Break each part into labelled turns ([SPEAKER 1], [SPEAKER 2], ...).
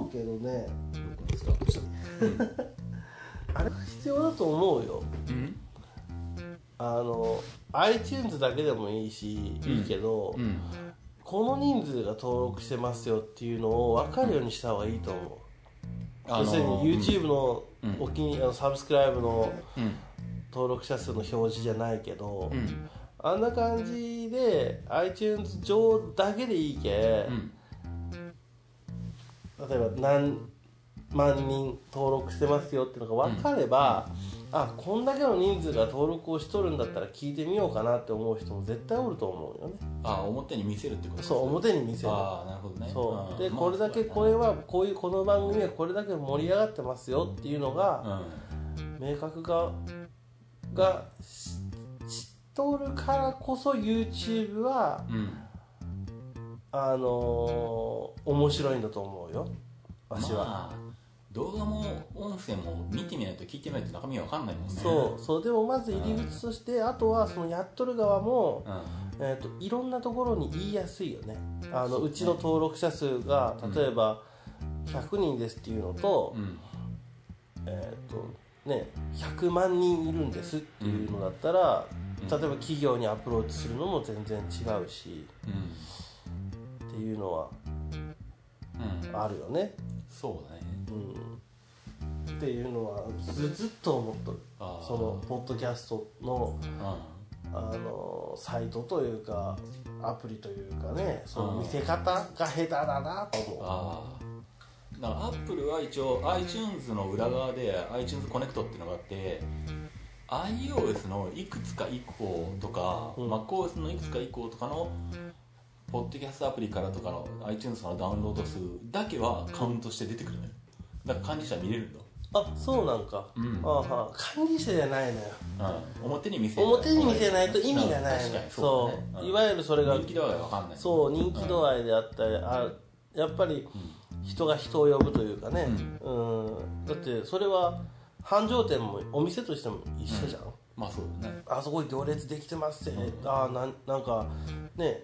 [SPEAKER 1] うけどね
[SPEAKER 2] 僕ですか
[SPEAKER 1] あれは必要だと思うよ
[SPEAKER 2] うん
[SPEAKER 1] あの iTunes だけでもいいしいいけど、
[SPEAKER 2] うん
[SPEAKER 1] この人数が登録してますよっていうのを分かるようにした方がいいと思う、
[SPEAKER 2] あ
[SPEAKER 1] 要する
[SPEAKER 2] の
[SPEAKER 1] に YouTube の
[SPEAKER 2] うん
[SPEAKER 1] お気に入りあのサブスクライブの
[SPEAKER 2] うん
[SPEAKER 1] 登録者数の表示じゃないけど、
[SPEAKER 2] うん
[SPEAKER 1] あんな感じで iTunes 上だけでいいけ、
[SPEAKER 2] うん
[SPEAKER 1] 例えば何万人登録してますよっていうのが分かれば、あこんだけの人数が登録をしとるんだったら聞いてみようかなって思う人も絶対おると思うよね
[SPEAKER 2] あ表に見せるってことですか
[SPEAKER 1] そう表に見せる
[SPEAKER 2] ああなるほどね
[SPEAKER 1] そ
[SPEAKER 2] ん
[SPEAKER 1] うで
[SPEAKER 2] まあ
[SPEAKER 1] これだけこれはこういうこの番組はこれだけ盛り上がってますよっていうの
[SPEAKER 2] う
[SPEAKER 1] が
[SPEAKER 2] ん
[SPEAKER 1] 明確化がししとるからこそ YouTube は
[SPEAKER 2] うん
[SPEAKER 1] あのー面白いんだと思うよわしは、
[SPEAKER 2] まあ動画も音声も見てみないと聞いてみないと中身わかんないもんね
[SPEAKER 1] そうそうでもまず入り口としてあとはそのやっとる側も、
[SPEAKER 2] うん
[SPEAKER 1] えー、といろんなところに言いやすいよねあの
[SPEAKER 2] そう
[SPEAKER 1] うちの登録者数が
[SPEAKER 2] うん
[SPEAKER 1] 例えば100人ですっていうのと,、
[SPEAKER 2] うん
[SPEAKER 1] えーとね、100万人いるんですっていうのだったら、
[SPEAKER 2] うん
[SPEAKER 1] 例えば企業にアプローチするのも全然違うし
[SPEAKER 2] うん
[SPEAKER 1] っていうのは
[SPEAKER 2] うん
[SPEAKER 1] あるよね、
[SPEAKER 2] そうだね
[SPEAKER 1] うん、っていうのはずずっと思っとる
[SPEAKER 2] あー
[SPEAKER 1] そのポッドキャストの
[SPEAKER 2] う
[SPEAKER 1] あのサイトというかアプリというかねその見せ方が下手だなと
[SPEAKER 2] ん
[SPEAKER 1] 思
[SPEAKER 2] ああだからアップルは一応 iTunes の裏側で iTunes コネクトっていうのがあって iOS のいくつか以降とか、
[SPEAKER 1] うん
[SPEAKER 2] MacOS のいくつか以降とかのポッドキャストアプリからとかの iTunes のダウンロード数だけはカウントして出てくるのよだから管理者見れるんだ
[SPEAKER 1] うあそうなんか、
[SPEAKER 2] うん
[SPEAKER 1] あは管理者じゃないのよ
[SPEAKER 2] うん表に見せない
[SPEAKER 1] 表に見せないと意味がない
[SPEAKER 2] うん確
[SPEAKER 1] の
[SPEAKER 2] かに
[SPEAKER 1] そ
[SPEAKER 2] そうう,、だね、
[SPEAKER 1] いわゆるそれ
[SPEAKER 2] ゆ
[SPEAKER 1] が
[SPEAKER 2] 人気度合いが分かんない
[SPEAKER 1] そう人気度合いであったり、あやっぱり人が人を呼ぶというかね、うん、だってそれは繁盛店もお店としても一緒じゃん、
[SPEAKER 2] まあそうだね
[SPEAKER 1] あそこに行列できてますって、ああなんなんかね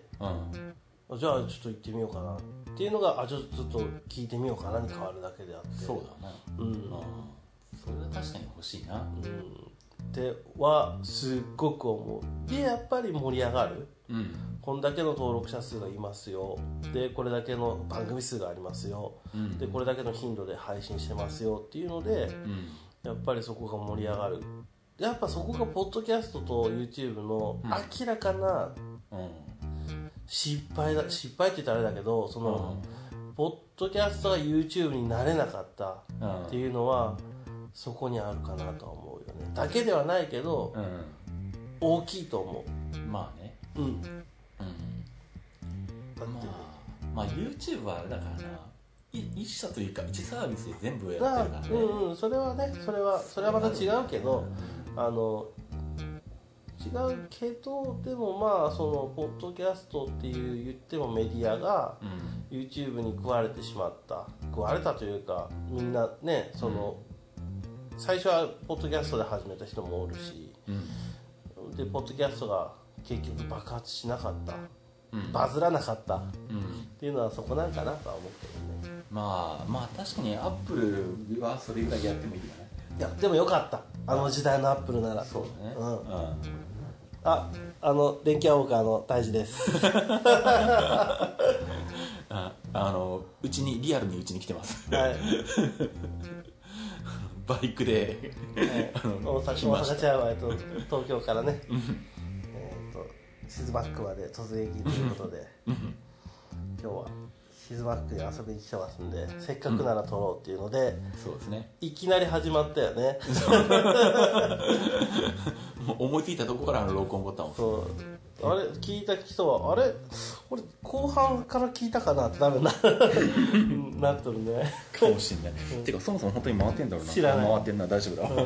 [SPEAKER 2] うん
[SPEAKER 1] じゃあちょっと行ってみようかなっていうのがあちょちょっと聞いてみようかなに変わるだけであって
[SPEAKER 2] そうだね
[SPEAKER 1] うん、うん、
[SPEAKER 2] うん
[SPEAKER 1] っ
[SPEAKER 2] それは確かに欲しいな
[SPEAKER 1] てはすっごく思うでやっぱり盛り上がる
[SPEAKER 2] うん
[SPEAKER 1] こんだけの登録者数がいますよでこれだけの番組数がありますよ
[SPEAKER 2] うん
[SPEAKER 1] でこれだけの頻度で配信してますよっていうので
[SPEAKER 2] うん
[SPEAKER 1] やっぱりそこが盛り上がるやっぱそこがポッドキャストと YouTube の明らかな
[SPEAKER 2] うん
[SPEAKER 1] 失敗だ失敗って言ったらあれだけどその、ポッドキャストが YouTube になれなかった
[SPEAKER 2] うん
[SPEAKER 1] っていうのはそこにあるかなとは思うよねだけではないけど
[SPEAKER 2] う
[SPEAKER 1] 大きいと思
[SPEAKER 2] んまあね
[SPEAKER 1] ううん
[SPEAKER 2] うん
[SPEAKER 1] だって
[SPEAKER 2] まあまあ YouTube はあれだからない一社というか一サービスで全部や
[SPEAKER 1] だ
[SPEAKER 2] っ
[SPEAKER 1] か
[SPEAKER 2] てるかららね
[SPEAKER 1] うんうんそれはねそれはそれはまた違うけどあの違うけどでもまあそのポッドキャストっていう言ってもメディアが
[SPEAKER 2] うん
[SPEAKER 1] YouTube に食われてしまった食われたというかみんなねその、最初はポッドキャストで始めた人もおるし
[SPEAKER 2] うん
[SPEAKER 1] でポッドキャストが結局爆発しなかった
[SPEAKER 2] うん
[SPEAKER 1] バズらなかったっ
[SPEAKER 2] うん
[SPEAKER 1] ていうのはそこなんかなとは思ってるね
[SPEAKER 2] まあまあ確かにアップルはそれぐらいやってもいいよね
[SPEAKER 1] いやでもよかったあの時代のアップルなら
[SPEAKER 2] そうだね
[SPEAKER 1] うん
[SPEAKER 2] うん
[SPEAKER 1] ああの電気アウォーカーの大事です
[SPEAKER 2] ああのうちにリアルにうちに来てます
[SPEAKER 1] はい
[SPEAKER 2] バイクで
[SPEAKER 1] え ー大阪大阪チャーバイと東京からねえっとシズバックまで突撃ということで今日はシズバックに遊びに来てますんでせっかくなら撮ろうっていうので、
[SPEAKER 2] そうですね
[SPEAKER 1] いきなり始まったよね
[SPEAKER 2] もう思いついたとこからの録音ボタンを
[SPEAKER 1] そうあれ聞いた人はあれ俺後半から聞いたかなってなるな なっとるね
[SPEAKER 2] かもしれない、てかそもそも本当に回ってんだろうな
[SPEAKER 1] 知らない
[SPEAKER 2] 回ってんな大丈夫だ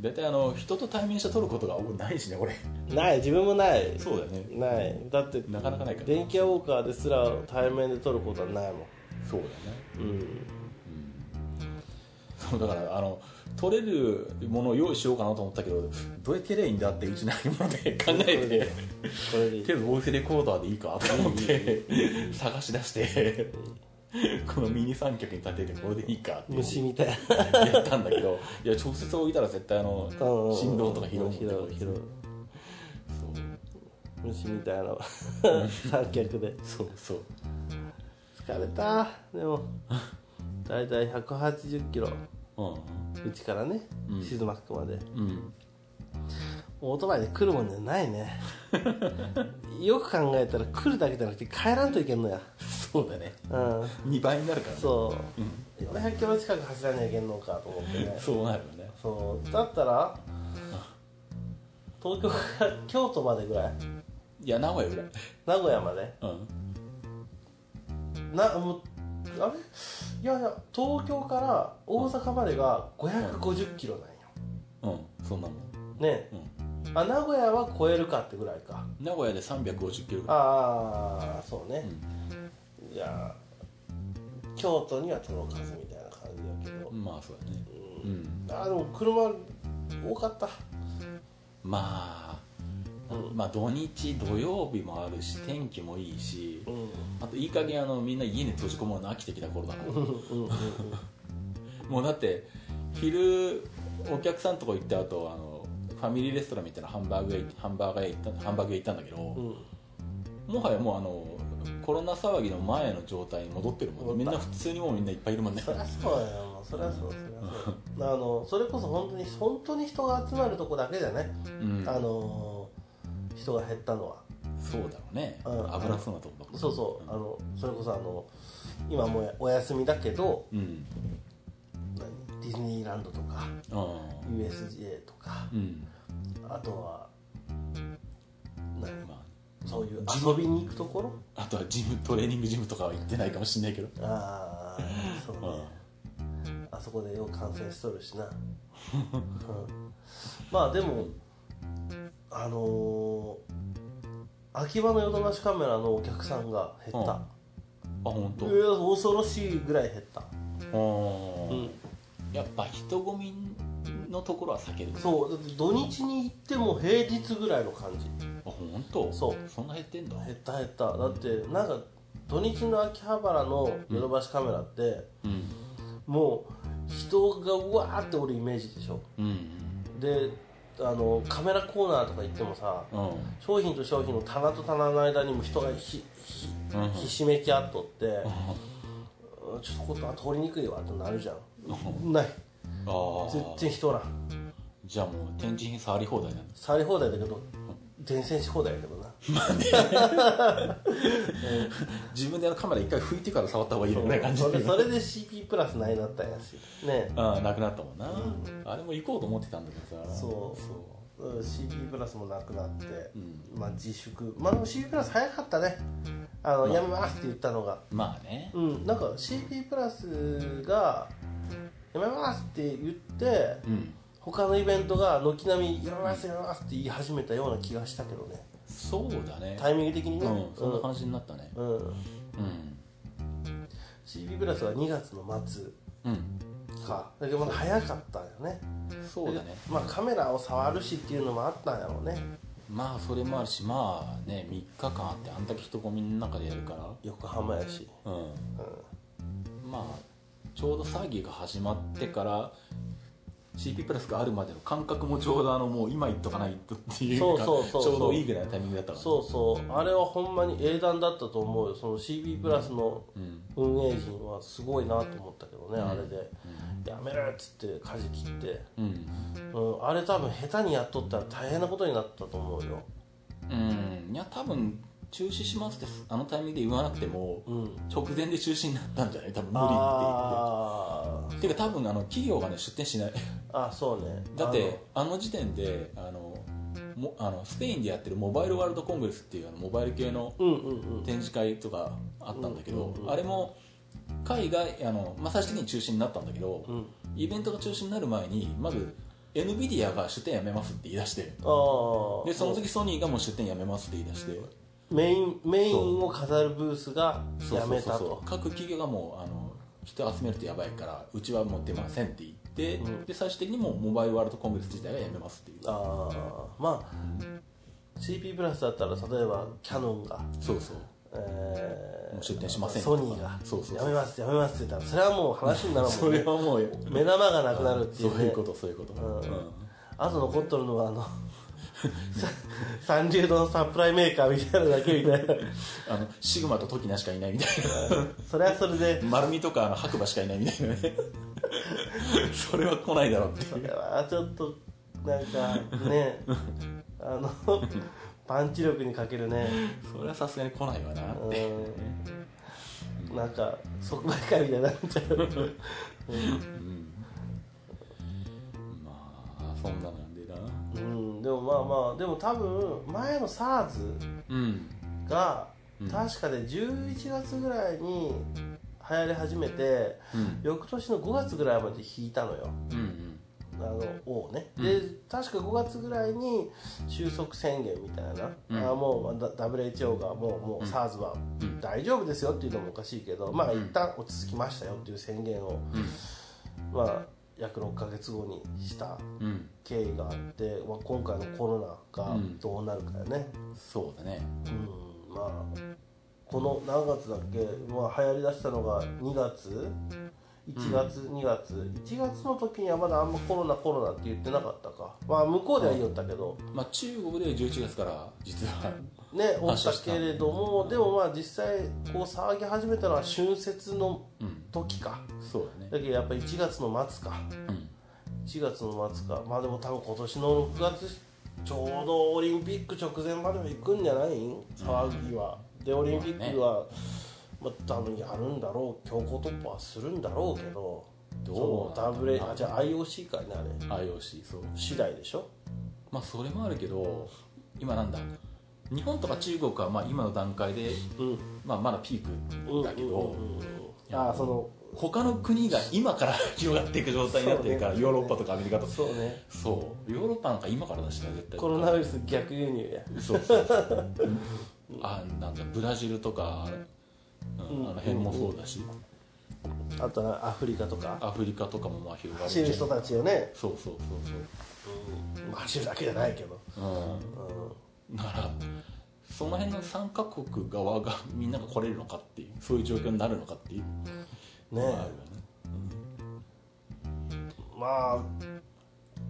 [SPEAKER 2] 大体、あの人と対面して撮ることが多いないしね俺
[SPEAKER 1] ない自分もない
[SPEAKER 2] そうだよね
[SPEAKER 1] ないだって
[SPEAKER 2] なかなかないから
[SPEAKER 1] 電気屋ウォーカーですら対面で撮ることはないも
[SPEAKER 2] そうだよね
[SPEAKER 1] んうん
[SPEAKER 2] そうだからあの取れるものを用意しようかなと思ったけどどうやってやればいいんだってうち何もで考えて
[SPEAKER 1] これでいい
[SPEAKER 2] とりあえずボイスレコーダーでいいかと思って探し出してこのミニ三脚に立ててこれでいいかって
[SPEAKER 1] 虫みた いな
[SPEAKER 2] やったんだけどいや直接置いたら絶対あの振動とか拾うもんね
[SPEAKER 1] 拾う拾う虫みたいな三脚で
[SPEAKER 2] そうそう
[SPEAKER 1] 疲れたでもだいたい1 8 0キロ
[SPEAKER 2] そう
[SPEAKER 1] うちからね
[SPEAKER 2] うん
[SPEAKER 1] 静まくまで、
[SPEAKER 2] うんうん
[SPEAKER 1] オートバイで来るもんじゃない ねよく考えたら来るだけじゃなくて帰らんといけんのや
[SPEAKER 2] そうだね
[SPEAKER 1] うん
[SPEAKER 2] 2倍になるからね
[SPEAKER 1] そう、
[SPEAKER 2] うん
[SPEAKER 1] 400キロ近く走らなきゃいけんのかと思ってね
[SPEAKER 2] そうなるよね
[SPEAKER 1] そうだったら東京から京都までぐらい
[SPEAKER 2] いや名古屋ぐらい
[SPEAKER 1] 名古屋まで
[SPEAKER 2] うん
[SPEAKER 1] なもうあれいやいや東京から大阪までが550キロなんよ
[SPEAKER 2] うんそんなもん
[SPEAKER 1] ね
[SPEAKER 2] うん
[SPEAKER 1] あ名古屋は超えるかってぐらいか
[SPEAKER 2] 名古屋で350キロぐらい
[SPEAKER 1] ああそうね、じゃあ京都には届かずみたいな感じだけど、
[SPEAKER 2] まあそうだねうん
[SPEAKER 1] あでも車多かった
[SPEAKER 2] まあ、まあ土日土曜日もあるし天気もいいし
[SPEAKER 1] うんうん
[SPEAKER 2] あといい加減あのみんな家に閉じこもるの飽きてきた頃だから
[SPEAKER 1] うんうん
[SPEAKER 2] もうだって昼お客さんとこ行った後あのファミリーレストランみたいなハンバーグ屋行ハンバーガー屋行ったハンバーグ屋行ったんだけど、
[SPEAKER 1] うん
[SPEAKER 2] もはやもうあのコロナ騒ぎの前の状態に戻ってるもんねみんな普通にもうみんないっぱいいるもん ね
[SPEAKER 1] そりゃそうだよそりゃそうそりゃそう あのそれこそ本当に本当に人が集まるとこだけじゃない、
[SPEAKER 2] うん
[SPEAKER 1] あのー人が減ったのは
[SPEAKER 2] そうだろうね、
[SPEAKER 1] うん
[SPEAKER 2] 危なそうなとこだもんね
[SPEAKER 1] そうそうあのそれこそあの今もうお休みだけど
[SPEAKER 2] うん
[SPEAKER 1] 何ディズニーランドとか
[SPEAKER 2] あ
[SPEAKER 1] USJ とか
[SPEAKER 2] ーうん
[SPEAKER 1] あとは何
[SPEAKER 2] ま
[SPEAKER 1] そういう遊びに行くところ
[SPEAKER 2] ああとはジムトレーニングジムとかは行ってないかもしんないけど
[SPEAKER 1] ああそう
[SPEAKER 2] う
[SPEAKER 1] ね
[SPEAKER 2] ん
[SPEAKER 1] あそこでよう感染しとるしな、うん、まあでもあのー、秋葉のヨドバシカメラのお客さんが減った、
[SPEAKER 2] あ本当。
[SPEAKER 1] うえー恐ろしいぐらい減った、
[SPEAKER 2] う
[SPEAKER 1] うんん、
[SPEAKER 2] やっぱ人混みのところは避けるう
[SPEAKER 1] そうだって土日に行っても平日ぐらいの感じ
[SPEAKER 2] あ本当
[SPEAKER 1] そう
[SPEAKER 2] そんな減ってんだ
[SPEAKER 1] 減った減っただってなんか土日の秋葉原のヨドバシカメラって、
[SPEAKER 2] うん
[SPEAKER 1] もう人がうわーっておるイメージでしょ
[SPEAKER 2] うん
[SPEAKER 1] であのカメラコーナーとか行ってもさ
[SPEAKER 2] うんうん
[SPEAKER 1] 商品と商品の棚と棚の間にも人がひひ
[SPEAKER 2] うん
[SPEAKER 1] ひしめき合っとって、うんちょっとこ通りにくいわってなるじゃんない
[SPEAKER 2] ああ
[SPEAKER 1] 全然人おらん
[SPEAKER 2] じゃあもう天神触り放題なんだ
[SPEAKER 1] 触り放題だけど伝染し放題だけどな
[SPEAKER 2] 自分であのカメラ一回拭いてから触った方がいいよね感じ
[SPEAKER 1] それ
[SPEAKER 2] で
[SPEAKER 1] それで CP プラスないなったんやしね
[SPEAKER 2] あなくなったもんな、あれも行こうと思ってたんだけどさ
[SPEAKER 1] そう
[SPEAKER 2] そ
[SPEAKER 1] うん CP プラスもなくなって、
[SPEAKER 2] ん
[SPEAKER 1] まあ自粛まあでも CP プラス早かったねあの、やめますって言ったのが
[SPEAKER 2] うまあね
[SPEAKER 1] うん、なんか CP プラスがやめますって言って
[SPEAKER 2] うん
[SPEAKER 1] 他のイベントが軒並みやめますやめますって言い始めたような気がしたけどね
[SPEAKER 2] そうだね
[SPEAKER 1] タイミング的にね、
[SPEAKER 2] うんそんな感じになったね
[SPEAKER 1] うん
[SPEAKER 2] うん、
[SPEAKER 1] CP プラスは2月の末
[SPEAKER 2] うん、
[SPEAKER 1] かだけどまだ早かったよね
[SPEAKER 2] そうだね
[SPEAKER 1] でまあカメラを触るしっていうのもあったんやろうね
[SPEAKER 2] まあそれもあるしまあね3日間あってあんだけ人混みの中でやるから
[SPEAKER 1] 横浜やし
[SPEAKER 2] うん、まあちょうど騒ぎが始まってから CP プラスがあるまでの感覚もちょうどあのもう今言っとかないとっていう
[SPEAKER 1] そう
[SPEAKER 2] か
[SPEAKER 1] そうそう
[SPEAKER 2] ち
[SPEAKER 1] そう
[SPEAKER 2] ょうどいいぐらいのタイミングだったから
[SPEAKER 1] そうそうあれはほんまに英断だったと思うよその CP プラスの
[SPEAKER 2] うん
[SPEAKER 1] 運営陣はすごいなと思ったけどね、
[SPEAKER 2] うん
[SPEAKER 1] あれで、やめるっつって舵切って、
[SPEAKER 2] うん、
[SPEAKER 1] うん、あれ多分下手にやっとったら大変なことになったと思うよ
[SPEAKER 2] うん、いや多分中止しますってあのタイミングで言わなくても
[SPEAKER 1] うん
[SPEAKER 2] 直前で中止になったんじゃない多分無理って言
[SPEAKER 1] あ
[SPEAKER 2] っててか多分あの企業がね出店しない
[SPEAKER 1] ーあそうね
[SPEAKER 2] だってあの時点であのもあのスペインでやってるモバイルワールドコングレスっていうあのモバイル系の
[SPEAKER 1] あのうんうんうん
[SPEAKER 2] 展示会とかあったんだけど、
[SPEAKER 1] うんうんうん
[SPEAKER 2] あれも海外あの、まあ、最終的に中止になったんだけど、
[SPEAKER 1] うん
[SPEAKER 2] イベントが中止になる前にまず NVIDIA が出店やめますって言い出して
[SPEAKER 1] ああ
[SPEAKER 2] でその時ソニーがもう出店やめますって言い出して
[SPEAKER 1] メインメインを飾るブースが
[SPEAKER 2] そう
[SPEAKER 1] や
[SPEAKER 2] そう
[SPEAKER 1] め
[SPEAKER 2] そう
[SPEAKER 1] た
[SPEAKER 2] そう
[SPEAKER 1] と
[SPEAKER 2] 各企業がもうあの人集めるとやばいからうちはもう出ませんって言て、
[SPEAKER 1] うん
[SPEAKER 2] で最終的にもうモバイルワールドコングレス自体がやめますっていう
[SPEAKER 1] ああまあ CP プラスだったら例えばキャノンが、
[SPEAKER 2] そうそう
[SPEAKER 1] え
[SPEAKER 2] もう出店しません
[SPEAKER 1] ソニーが
[SPEAKER 2] そうそう
[SPEAKER 1] や
[SPEAKER 2] そう
[SPEAKER 1] めますやめますって言ったらそれはもう話にならんも
[SPEAKER 2] そ
[SPEAKER 1] ん
[SPEAKER 2] れ
[SPEAKER 1] ね
[SPEAKER 2] はもう
[SPEAKER 1] 目玉がなくなるってい,、
[SPEAKER 2] そう
[SPEAKER 1] ね、
[SPEAKER 2] ういうことそういうこと、
[SPEAKER 1] ん
[SPEAKER 2] うん
[SPEAKER 1] あと残っとるのはあ のさ三流のサプライメーカーみたいなだけみたいな
[SPEAKER 2] あのシグマとトキナしかいないみたい
[SPEAKER 1] それはそれで
[SPEAKER 2] な丸みとかあの白馬しかいないみたいなねそれは来ないだろうって
[SPEAKER 1] それはちょっとなんか ねあのパンチ力に欠けるね
[SPEAKER 2] それはさすがに来ないわなって
[SPEAKER 1] うんなんか即売会みたいになっちゃう
[SPEAKER 2] まあそんななんでな
[SPEAKER 1] うんでもまあまあでも多分前の SARS
[SPEAKER 2] うん
[SPEAKER 1] が
[SPEAKER 2] うん
[SPEAKER 1] 確かで11月ぐらいに流行り始めて
[SPEAKER 2] うん
[SPEAKER 1] 翌年の5月ぐらいまで引いたのよ
[SPEAKER 2] うん
[SPEAKER 1] あの王ね、で確か5月ぐらいに収束宣言みたいな、
[SPEAKER 2] うん
[SPEAKER 1] あもうだ WHO がもうもう SARS は
[SPEAKER 2] うん
[SPEAKER 1] 大丈夫ですよっていうのもおかしいけど、まあ
[SPEAKER 2] う
[SPEAKER 1] 一
[SPEAKER 2] ん
[SPEAKER 1] 旦落ち着きましたよっていう宣言を、まあ、約6ヶ月後にした
[SPEAKER 2] うんうん
[SPEAKER 1] 経緯があって、まあ、今回のコロナが
[SPEAKER 2] うん
[SPEAKER 1] どうなるかよね、
[SPEAKER 2] そうだね
[SPEAKER 1] うんまあこの何月だっけ、まあ、流行りだしたのが2月1月、2月1月の時にはまだあんまコロナコロナって言ってなかったかまあ向こうでは言いよったけど、
[SPEAKER 2] まあ中国で11月から実は
[SPEAKER 1] ねおっ
[SPEAKER 2] 発
[SPEAKER 1] た
[SPEAKER 2] 射した
[SPEAKER 1] けれどもでもまあ実際こう騒ぎ始めたのは春節の
[SPEAKER 2] うん
[SPEAKER 1] 時か
[SPEAKER 2] そうだね
[SPEAKER 1] だけどやっぱり1月の末か
[SPEAKER 2] うん
[SPEAKER 1] 1月の末かまあでも多分今年の6月ちょうどオリンピック直前までは行くんじゃない騒ぎは、でオリンピックは、まあ、多分やるんだろう強行突破はするんだろうけど
[SPEAKER 2] どう
[SPEAKER 1] その
[SPEAKER 2] なんだろう
[SPEAKER 1] WA あじゃあ IOC かいねあれ
[SPEAKER 2] IOC そう
[SPEAKER 1] 次第でしょ
[SPEAKER 2] まあそれもあるけど今なんだ日本とか中国はまあ今の段階で、
[SPEAKER 1] うん
[SPEAKER 2] まあ、まだピークだけど、
[SPEAKER 1] うんうんうんああその
[SPEAKER 2] 他の国が今から 広がっていく状態になってるから、
[SPEAKER 1] そうね
[SPEAKER 2] ヨーロッパとかアメリカとか
[SPEAKER 1] そうね
[SPEAKER 2] そうヨーロッパなんか今からだしね絶対
[SPEAKER 1] コロナウイルス逆輸入や
[SPEAKER 2] そうそうそうあなんだブラジルとか、うん
[SPEAKER 1] うん
[SPEAKER 2] あの辺もそうだし、
[SPEAKER 1] あとはアフリカとか
[SPEAKER 2] アフリカとかもまあ広がる
[SPEAKER 1] 走る人たちよね、
[SPEAKER 2] そうそうそう
[SPEAKER 1] うん、まあ走るだけじゃないけど、
[SPEAKER 2] そう、
[SPEAKER 1] う、
[SPEAKER 2] うん、だからその辺の3カ国側がみんなが来れるのかっていうそういう状況になるのかっていうん
[SPEAKER 1] ね
[SPEAKER 2] のがあるよ
[SPEAKER 1] え
[SPEAKER 2] ね
[SPEAKER 1] まあ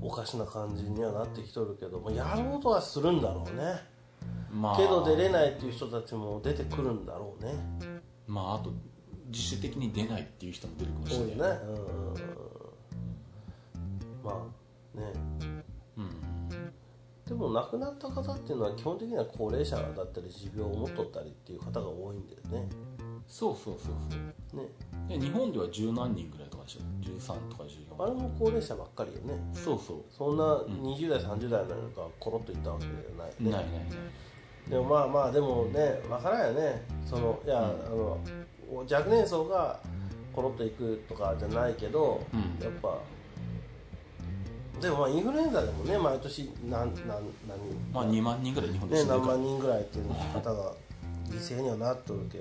[SPEAKER 1] おかしな感じにはなってきとるけど、まあ、やろうとはするんだろうね
[SPEAKER 2] まあ
[SPEAKER 1] けど出れないっていう人たちも出てくるんだろうね
[SPEAKER 2] まああと自主的に出ないっていう人も出るかもし
[SPEAKER 1] 多
[SPEAKER 2] れ
[SPEAKER 1] い
[SPEAKER 2] ない
[SPEAKER 1] ねうんうんうんまあね
[SPEAKER 2] うん
[SPEAKER 1] でも亡くなった方っていうのは基本的には高齢者だったり持病を持っとったりっていう方が多いんだよね
[SPEAKER 2] そうそうそうそう
[SPEAKER 1] ね
[SPEAKER 2] で日本では十何人ぐらいとかでしょ13とか14
[SPEAKER 1] あれも高齢者ばっかりよね
[SPEAKER 2] そうそ
[SPEAKER 1] そんな20代30代のなんかコロッといったわけじゃない、
[SPEAKER 2] う
[SPEAKER 1] ね、
[SPEAKER 2] ないないない
[SPEAKER 1] でもまあまあでもねわからんよねそのいや、あの若年層がコロッといくとかじゃないけど、
[SPEAKER 2] うん
[SPEAKER 1] やっぱでもまあインフルエンザでもね毎年何何何人
[SPEAKER 2] まあ2万人ぐらい日本で死
[SPEAKER 1] ね
[SPEAKER 2] んでる
[SPEAKER 1] 何
[SPEAKER 2] から、
[SPEAKER 1] 万人ぐらいっていう方が犠牲にはなっとるけ、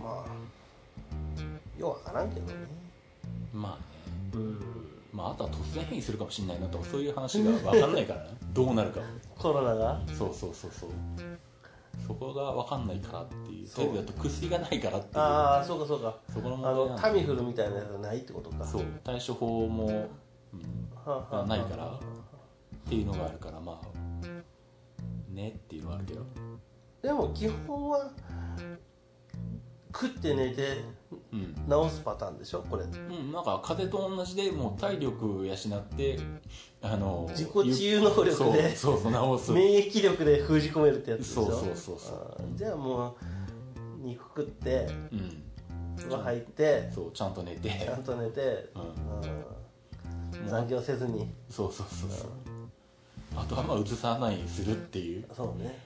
[SPEAKER 1] まあようわからんけどね
[SPEAKER 2] ま
[SPEAKER 1] う
[SPEAKER 2] あね
[SPEAKER 1] ん
[SPEAKER 2] まああとは突然変異するかもしれないなとかそういう話が分かんないからなどうなるか
[SPEAKER 1] コロナが
[SPEAKER 2] そうそうそうそうそこが分かんないからっていう
[SPEAKER 1] そう
[SPEAKER 2] テレビだと薬がないからっていう
[SPEAKER 1] ああそうかそうか
[SPEAKER 2] そこの問
[SPEAKER 1] あ
[SPEAKER 2] 題な
[SPEAKER 1] の
[SPEAKER 2] ん
[SPEAKER 1] タ
[SPEAKER 2] だ
[SPEAKER 1] ミフルみたいなやつがないってことか
[SPEAKER 2] そう対処法も、うん
[SPEAKER 1] はあはあはあ
[SPEAKER 2] ないからっていうのがあるからまあねっていうのはあるけど
[SPEAKER 1] でも基本は食って寝て
[SPEAKER 2] うん
[SPEAKER 1] 治すパターンでしょこれ
[SPEAKER 2] うん、なんか風邪と同じでもう体力養ってあの
[SPEAKER 1] 自己治癒能力で
[SPEAKER 2] そうそうそう治す
[SPEAKER 1] 免疫力で封じ込めるってやつでしょ
[SPEAKER 2] そうそうそうそう
[SPEAKER 1] あーじゃあもう肉食って
[SPEAKER 2] うん
[SPEAKER 1] 風呂入って
[SPEAKER 2] そうちゃんと寝 て
[SPEAKER 1] ちゃんと寝て、
[SPEAKER 2] うん
[SPEAKER 1] うん残業せずに
[SPEAKER 2] そうそうそうそうあとはまあうつさないようにするっていう
[SPEAKER 1] そうね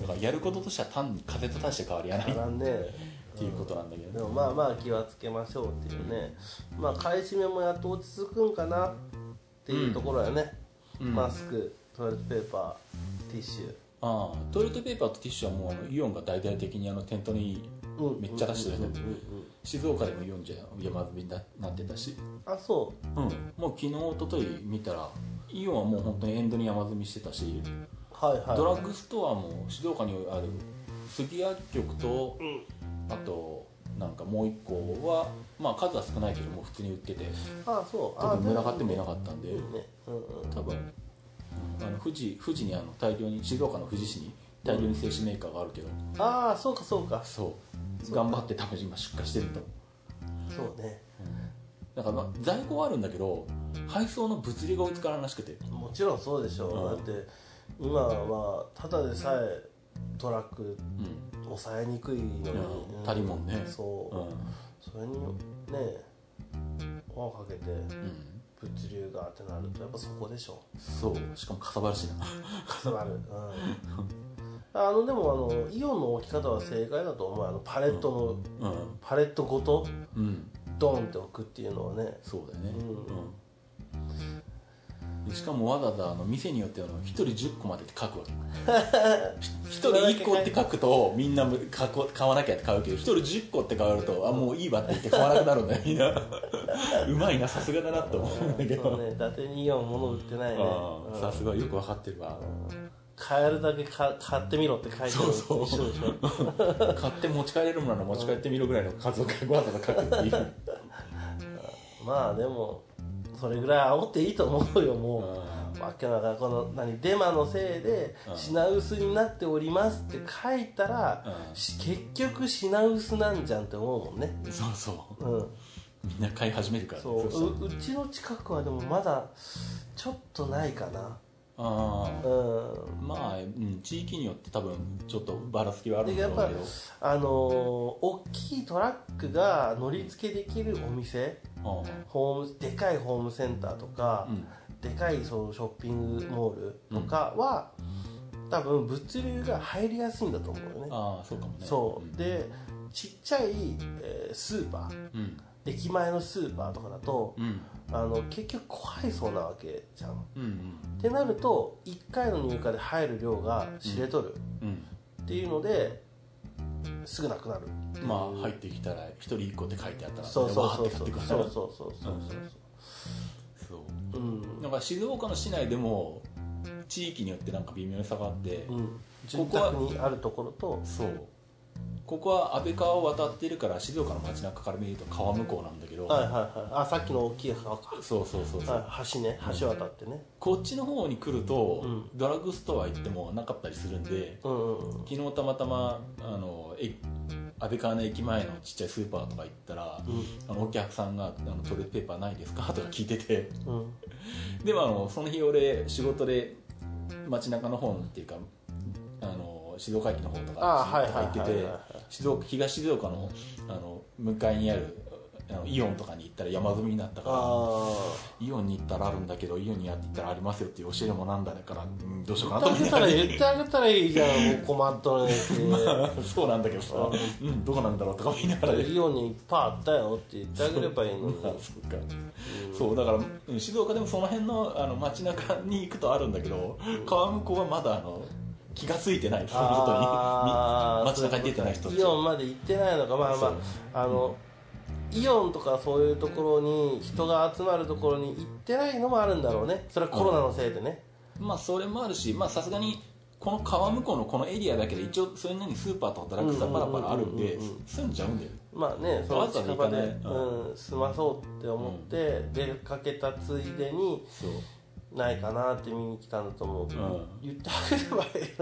[SPEAKER 2] だからやることとしては単に風邪と大して変わりはない
[SPEAKER 1] あ
[SPEAKER 2] っ
[SPEAKER 1] らんね
[SPEAKER 2] ていうことなんだけど
[SPEAKER 1] で
[SPEAKER 2] ね
[SPEAKER 1] もまあまあ気はつけましょうっていうね、まあ買い占めもやっと落ち着くんかなっていうところやね、
[SPEAKER 2] うん
[SPEAKER 1] マスクトイレットペーパーティッシュ
[SPEAKER 2] ああトイレットペーパーとティッシュはもうあのイオンが大々的にあの店頭に
[SPEAKER 1] うん
[SPEAKER 2] めっちゃ出してた
[SPEAKER 1] うん
[SPEAKER 2] ね
[SPEAKER 1] うんうん
[SPEAKER 2] 静岡でも4じゃ山積みにななってたし、
[SPEAKER 1] あそ
[SPEAKER 2] うん、もう昨日一昨日見たらイオンはもう本当にエンドに山積みしてたし
[SPEAKER 1] うはいはい
[SPEAKER 2] ドラッグストアも静岡にある杉薬局と
[SPEAKER 1] うん
[SPEAKER 2] あとなんかもう一個はまあ数は少ないけどもう普通に売ってて
[SPEAKER 1] あそう
[SPEAKER 2] 多
[SPEAKER 1] あ
[SPEAKER 2] 分群がってもいなかったんで
[SPEAKER 1] でもねうんうん
[SPEAKER 2] 多分うんあの富士富士にあの大量に静岡の富士市に大量に製紙メーカーがあるけど
[SPEAKER 1] ああそうかそうか
[SPEAKER 2] そう頑張って多分今出荷してると思う
[SPEAKER 1] そうね
[SPEAKER 2] だからまあ在庫はあるんだけど配送の物流が追いつからなしくて
[SPEAKER 1] もちろんそうでしょう、
[SPEAKER 2] うん
[SPEAKER 1] だって今はただでさえトラック
[SPEAKER 2] うん
[SPEAKER 1] 抑えにくいのに、
[SPEAKER 2] う
[SPEAKER 1] う
[SPEAKER 2] ん
[SPEAKER 1] ん
[SPEAKER 2] 足りもんね
[SPEAKER 1] そう、
[SPEAKER 2] う
[SPEAKER 1] それにね輪をかけて
[SPEAKER 2] んうん
[SPEAKER 1] 物流がってなるとやっぱそこでしょ
[SPEAKER 2] そうしかもかさばるしな
[SPEAKER 1] 重なる、うん、あのでもあのイオンの置き方は正解だと思うあのパレットの、
[SPEAKER 2] うん
[SPEAKER 1] パレットごと
[SPEAKER 2] うん
[SPEAKER 1] ドンって置くっていうのはね
[SPEAKER 2] そうだよね
[SPEAKER 1] うん
[SPEAKER 2] うんでしかもわざわざあの店によってはあの1人10個までって書く わけ1人1個って書くとみんなむ買こ買わなきゃって買うけど1人10個って買うとあもういいわって言って買わなくなるんだよみんな うまいなさすがだなと思うんだけ
[SPEAKER 1] そう
[SPEAKER 2] ど
[SPEAKER 1] ね伊達にイオン物売ってないね
[SPEAKER 2] あ
[SPEAKER 1] う
[SPEAKER 2] あ
[SPEAKER 1] ん
[SPEAKER 2] さすがよくわかってるわ
[SPEAKER 1] 買えるだけか買ってみろって書いてある
[SPEAKER 2] そうそう
[SPEAKER 1] 一緒でしょ
[SPEAKER 2] 買って持ち帰れるものなら持ち帰ってみろぐらいの数をわざわざ書くっていう
[SPEAKER 1] まあでもそれぐらい煽っていいと思うよもう、
[SPEAKER 2] あ
[SPEAKER 1] わけのからこの何デマのせいで
[SPEAKER 2] うん
[SPEAKER 1] 品薄になっておりますって書いたら、
[SPEAKER 2] うん
[SPEAKER 1] し結局品薄なんじゃんって思うもんね
[SPEAKER 2] あそうそ
[SPEAKER 1] うん
[SPEAKER 2] うみんな買い始めるからね
[SPEAKER 1] そう
[SPEAKER 2] したら
[SPEAKER 1] ううちの近くはでもまだちょっとないかな
[SPEAKER 2] ああ
[SPEAKER 1] うん
[SPEAKER 2] まあ、うん、地域によって多分ちょっとばらつきはあるん
[SPEAKER 1] で
[SPEAKER 2] だ
[SPEAKER 1] や
[SPEAKER 2] ろ
[SPEAKER 1] っぱ
[SPEAKER 2] うけど
[SPEAKER 1] あのー大きいトラックが乗り付けできるお店
[SPEAKER 2] あ
[SPEAKER 1] ホームでかいホームセンターとか
[SPEAKER 2] あ、うん
[SPEAKER 1] でかいそのショッピングモールとかは、多分物流が入りやすいんだと思うよね
[SPEAKER 2] ああそうかもね
[SPEAKER 1] そうでちっちゃい、えースーパー
[SPEAKER 2] うん
[SPEAKER 1] 駅前のスーパーとかだと
[SPEAKER 2] うん
[SPEAKER 1] あの結局怖いそうなわけじゃん
[SPEAKER 2] うんうん
[SPEAKER 1] ってなると1回の入荷で入る量が知れとる
[SPEAKER 2] うん
[SPEAKER 1] っていうのですぐなくなる
[SPEAKER 2] まあ入ってきたら一人一個って書いてあったら
[SPEAKER 1] そうそうそう
[SPEAKER 2] わーって
[SPEAKER 1] そ
[SPEAKER 2] 買っ
[SPEAKER 1] う
[SPEAKER 2] てくる
[SPEAKER 1] そうそうそうそう
[SPEAKER 2] そ
[SPEAKER 1] そううん
[SPEAKER 2] うなんか静岡の市内でも地域によってなんか微妙な差があって、
[SPEAKER 1] うん住
[SPEAKER 2] ここは
[SPEAKER 1] 宅にあるところと
[SPEAKER 2] そうここは安倍川を渡ってるから静岡の街中から見ると川向こうなんだけど、
[SPEAKER 1] はいはいはいあさっきの大きい川か
[SPEAKER 2] そうそうそうそう、
[SPEAKER 1] はい橋ね橋渡ってね
[SPEAKER 2] こっちの方に来ると、
[SPEAKER 1] うん
[SPEAKER 2] ドラッグストア行ってもなかったりするんで
[SPEAKER 1] うんうんうん
[SPEAKER 2] 昨日たまたまあのえ安倍川の駅前のちっちゃいスーパーとか行ったら、あのお客さんがあの「トイレットペーパーないですか?」とか聞いてて
[SPEAKER 1] うんうん
[SPEAKER 2] でもあのその日俺仕事で街中の方っていうかあの静岡駅の方とか
[SPEAKER 1] あーはいはいは
[SPEAKER 2] 入っ
[SPEAKER 1] い
[SPEAKER 2] て
[SPEAKER 1] はい
[SPEAKER 2] て静岡東静岡のあの向かいにあるあのイオンとかに行ったら山積みになったか
[SPEAKER 1] あ
[SPEAKER 2] らイオンに行ったらあるんだけどイオンにやって行ったらありますよっていう教えもなんだから、うんどうしようか
[SPEAKER 1] あ
[SPEAKER 2] なと
[SPEAKER 1] 言っ
[SPEAKER 2] 思
[SPEAKER 1] てあげら言っ
[SPEAKER 2] ったて
[SPEAKER 1] てあげたらいいじゃんもう困っとるね って
[SPEAKER 2] そうなんだけどさ、うん、どこなんだろうとか言いながら
[SPEAKER 1] イオンにいっぱいあったよって言ってあげればいいのに
[SPEAKER 2] まあそうかそうだからうん静岡でもその辺のあの街中に行くとあるんだけど川向こうはまだあの気が付いてないそのことに
[SPEAKER 1] あー
[SPEAKER 2] み街中に出てない人たち
[SPEAKER 1] イオンまで行ってないのかまあ
[SPEAKER 2] そう
[SPEAKER 1] まああのイオンとかそういうところに人が集まるところに行ってないのもあるんだろうねそれはコロナのせいでね、
[SPEAKER 2] まあそれもあるしまあさすがにこの川向こうのこのエリアだけで一応それなりにスーパーとかドラッグストアパラパラあるんで
[SPEAKER 1] うんうんうんうん
[SPEAKER 2] 住んじゃうんだよ
[SPEAKER 1] まあねその近場で、
[SPEAKER 2] わざわざ行かない
[SPEAKER 1] うん、済まそうって思って出かけたついでに
[SPEAKER 2] そう
[SPEAKER 1] ないかなって見に来たんだと思う、
[SPEAKER 2] ん
[SPEAKER 1] 言ってあげればいい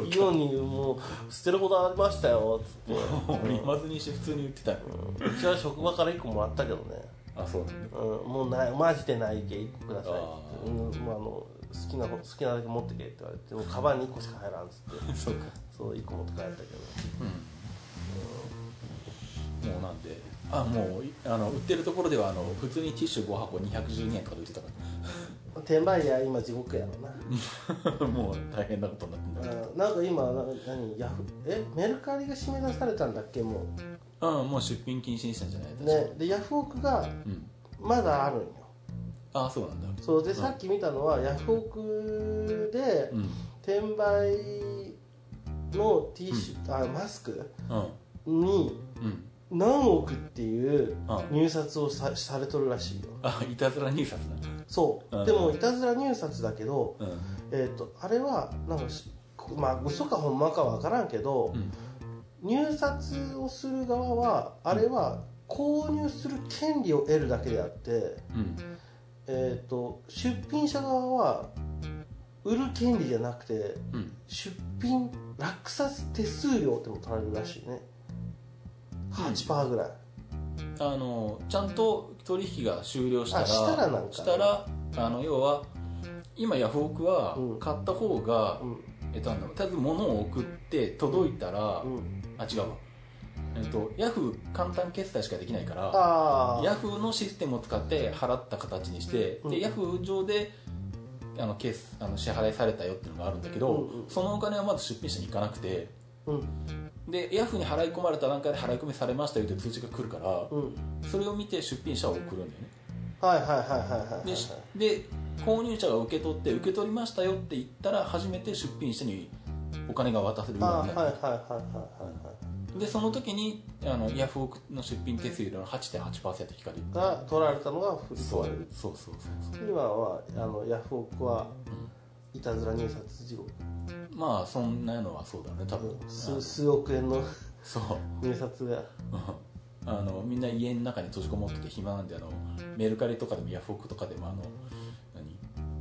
[SPEAKER 1] のにイオンにもう捨てるほどありましたよっつって
[SPEAKER 2] 言わずにして普通に言ってたよ
[SPEAKER 1] うちは職場から1個もらったけどね
[SPEAKER 2] あそうなんだ
[SPEAKER 1] うん、もうないマジでないけ1個くださいっ
[SPEAKER 2] あ
[SPEAKER 1] つって、うんまあ、あの好きな好きなだけ持ってけって言われてもうカバンに1個しか入らんっつって
[SPEAKER 2] そうか
[SPEAKER 1] そう1個持って帰ったけど
[SPEAKER 2] うんもうなんであもういあの売ってるところではあの普通にティッシュ5箱212円とかで売ってたか
[SPEAKER 1] 転売屋今地獄やろな、
[SPEAKER 2] ら もう大変なことになってんだけど
[SPEAKER 1] うん、なんか今な何ヤフえメルカリが締め出されたんだっけも
[SPEAKER 2] うん、もう出品禁止にしたんじゃない確
[SPEAKER 1] う
[SPEAKER 2] か
[SPEAKER 1] ねでヤフオクが
[SPEAKER 2] うん、
[SPEAKER 1] まだあるんよ
[SPEAKER 2] ああそうなんだ
[SPEAKER 1] そうでさっき見たのは、ヤフオクで
[SPEAKER 2] うんうん
[SPEAKER 1] 転売の T シャツ、あマスクに
[SPEAKER 2] うん
[SPEAKER 1] 何億っていう
[SPEAKER 2] あ
[SPEAKER 1] 入札をさされとるらしいよ
[SPEAKER 2] あいたずら入札なんだ
[SPEAKER 1] そう
[SPEAKER 2] うん
[SPEAKER 1] でもいたずら入札だけど、
[SPEAKER 2] うん
[SPEAKER 1] えっとあれはなんかしまあ嘘かほんまかわからんけど、
[SPEAKER 2] うん
[SPEAKER 1] 入札をする側はあれは購入する権利を得るだけであって、
[SPEAKER 2] うん
[SPEAKER 1] えー、と出品者側は売る権利じゃなくて
[SPEAKER 2] うん
[SPEAKER 1] 出品落札手数料っても取られるらしいね8%ぐらい、
[SPEAKER 2] あのちゃんと取引が終了したら
[SPEAKER 1] あしたらなんか
[SPEAKER 2] したらあの要は今ヤフオクは
[SPEAKER 1] うん
[SPEAKER 2] 買った方が、
[SPEAKER 1] うん
[SPEAKER 2] えっと、なんだろうとりあえず物を送って届いたら、
[SPEAKER 1] うん、
[SPEAKER 2] あ違うわ、えっと、ヤフー簡単決済しかできないから
[SPEAKER 1] ああ
[SPEAKER 2] ヤフーのシステムを使って払った形にして、
[SPEAKER 1] うん
[SPEAKER 2] でヤフー上であの決あの支払いされたよっていうのがあるんだけど、
[SPEAKER 1] うんうん
[SPEAKER 2] そのお金はまず出品者に行かなくて
[SPEAKER 1] うん
[SPEAKER 2] でヤフーに払い込まれた段階で払い込みされましたよという通知が来るから、
[SPEAKER 1] うん
[SPEAKER 2] それを見て出品者を送るんだよね
[SPEAKER 1] はいはいはいはいはいはい
[SPEAKER 2] で,、で購入者が受け取って受け取りましたよって言ったら初めて出品者にお金が渡せるよう
[SPEAKER 1] あ
[SPEAKER 2] に
[SPEAKER 1] ー
[SPEAKER 2] な
[SPEAKER 1] はいはい
[SPEAKER 2] る、
[SPEAKER 1] はいはいはいはい
[SPEAKER 2] でその時にあのヤフオクの出品手数料の8.8%引かれる
[SPEAKER 1] が取られたのが振り込まれる
[SPEAKER 2] そうそうそうそ
[SPEAKER 1] 今はあのヤフオクはいたずら入札事後、
[SPEAKER 2] うまあそんなのはそうだね多分、
[SPEAKER 1] うん数数億円の
[SPEAKER 2] そう
[SPEAKER 1] 入札が
[SPEAKER 2] うんあのみんな家の中に閉じこもってて暇なんであのメルカリとかでもヤフオクとかでもあの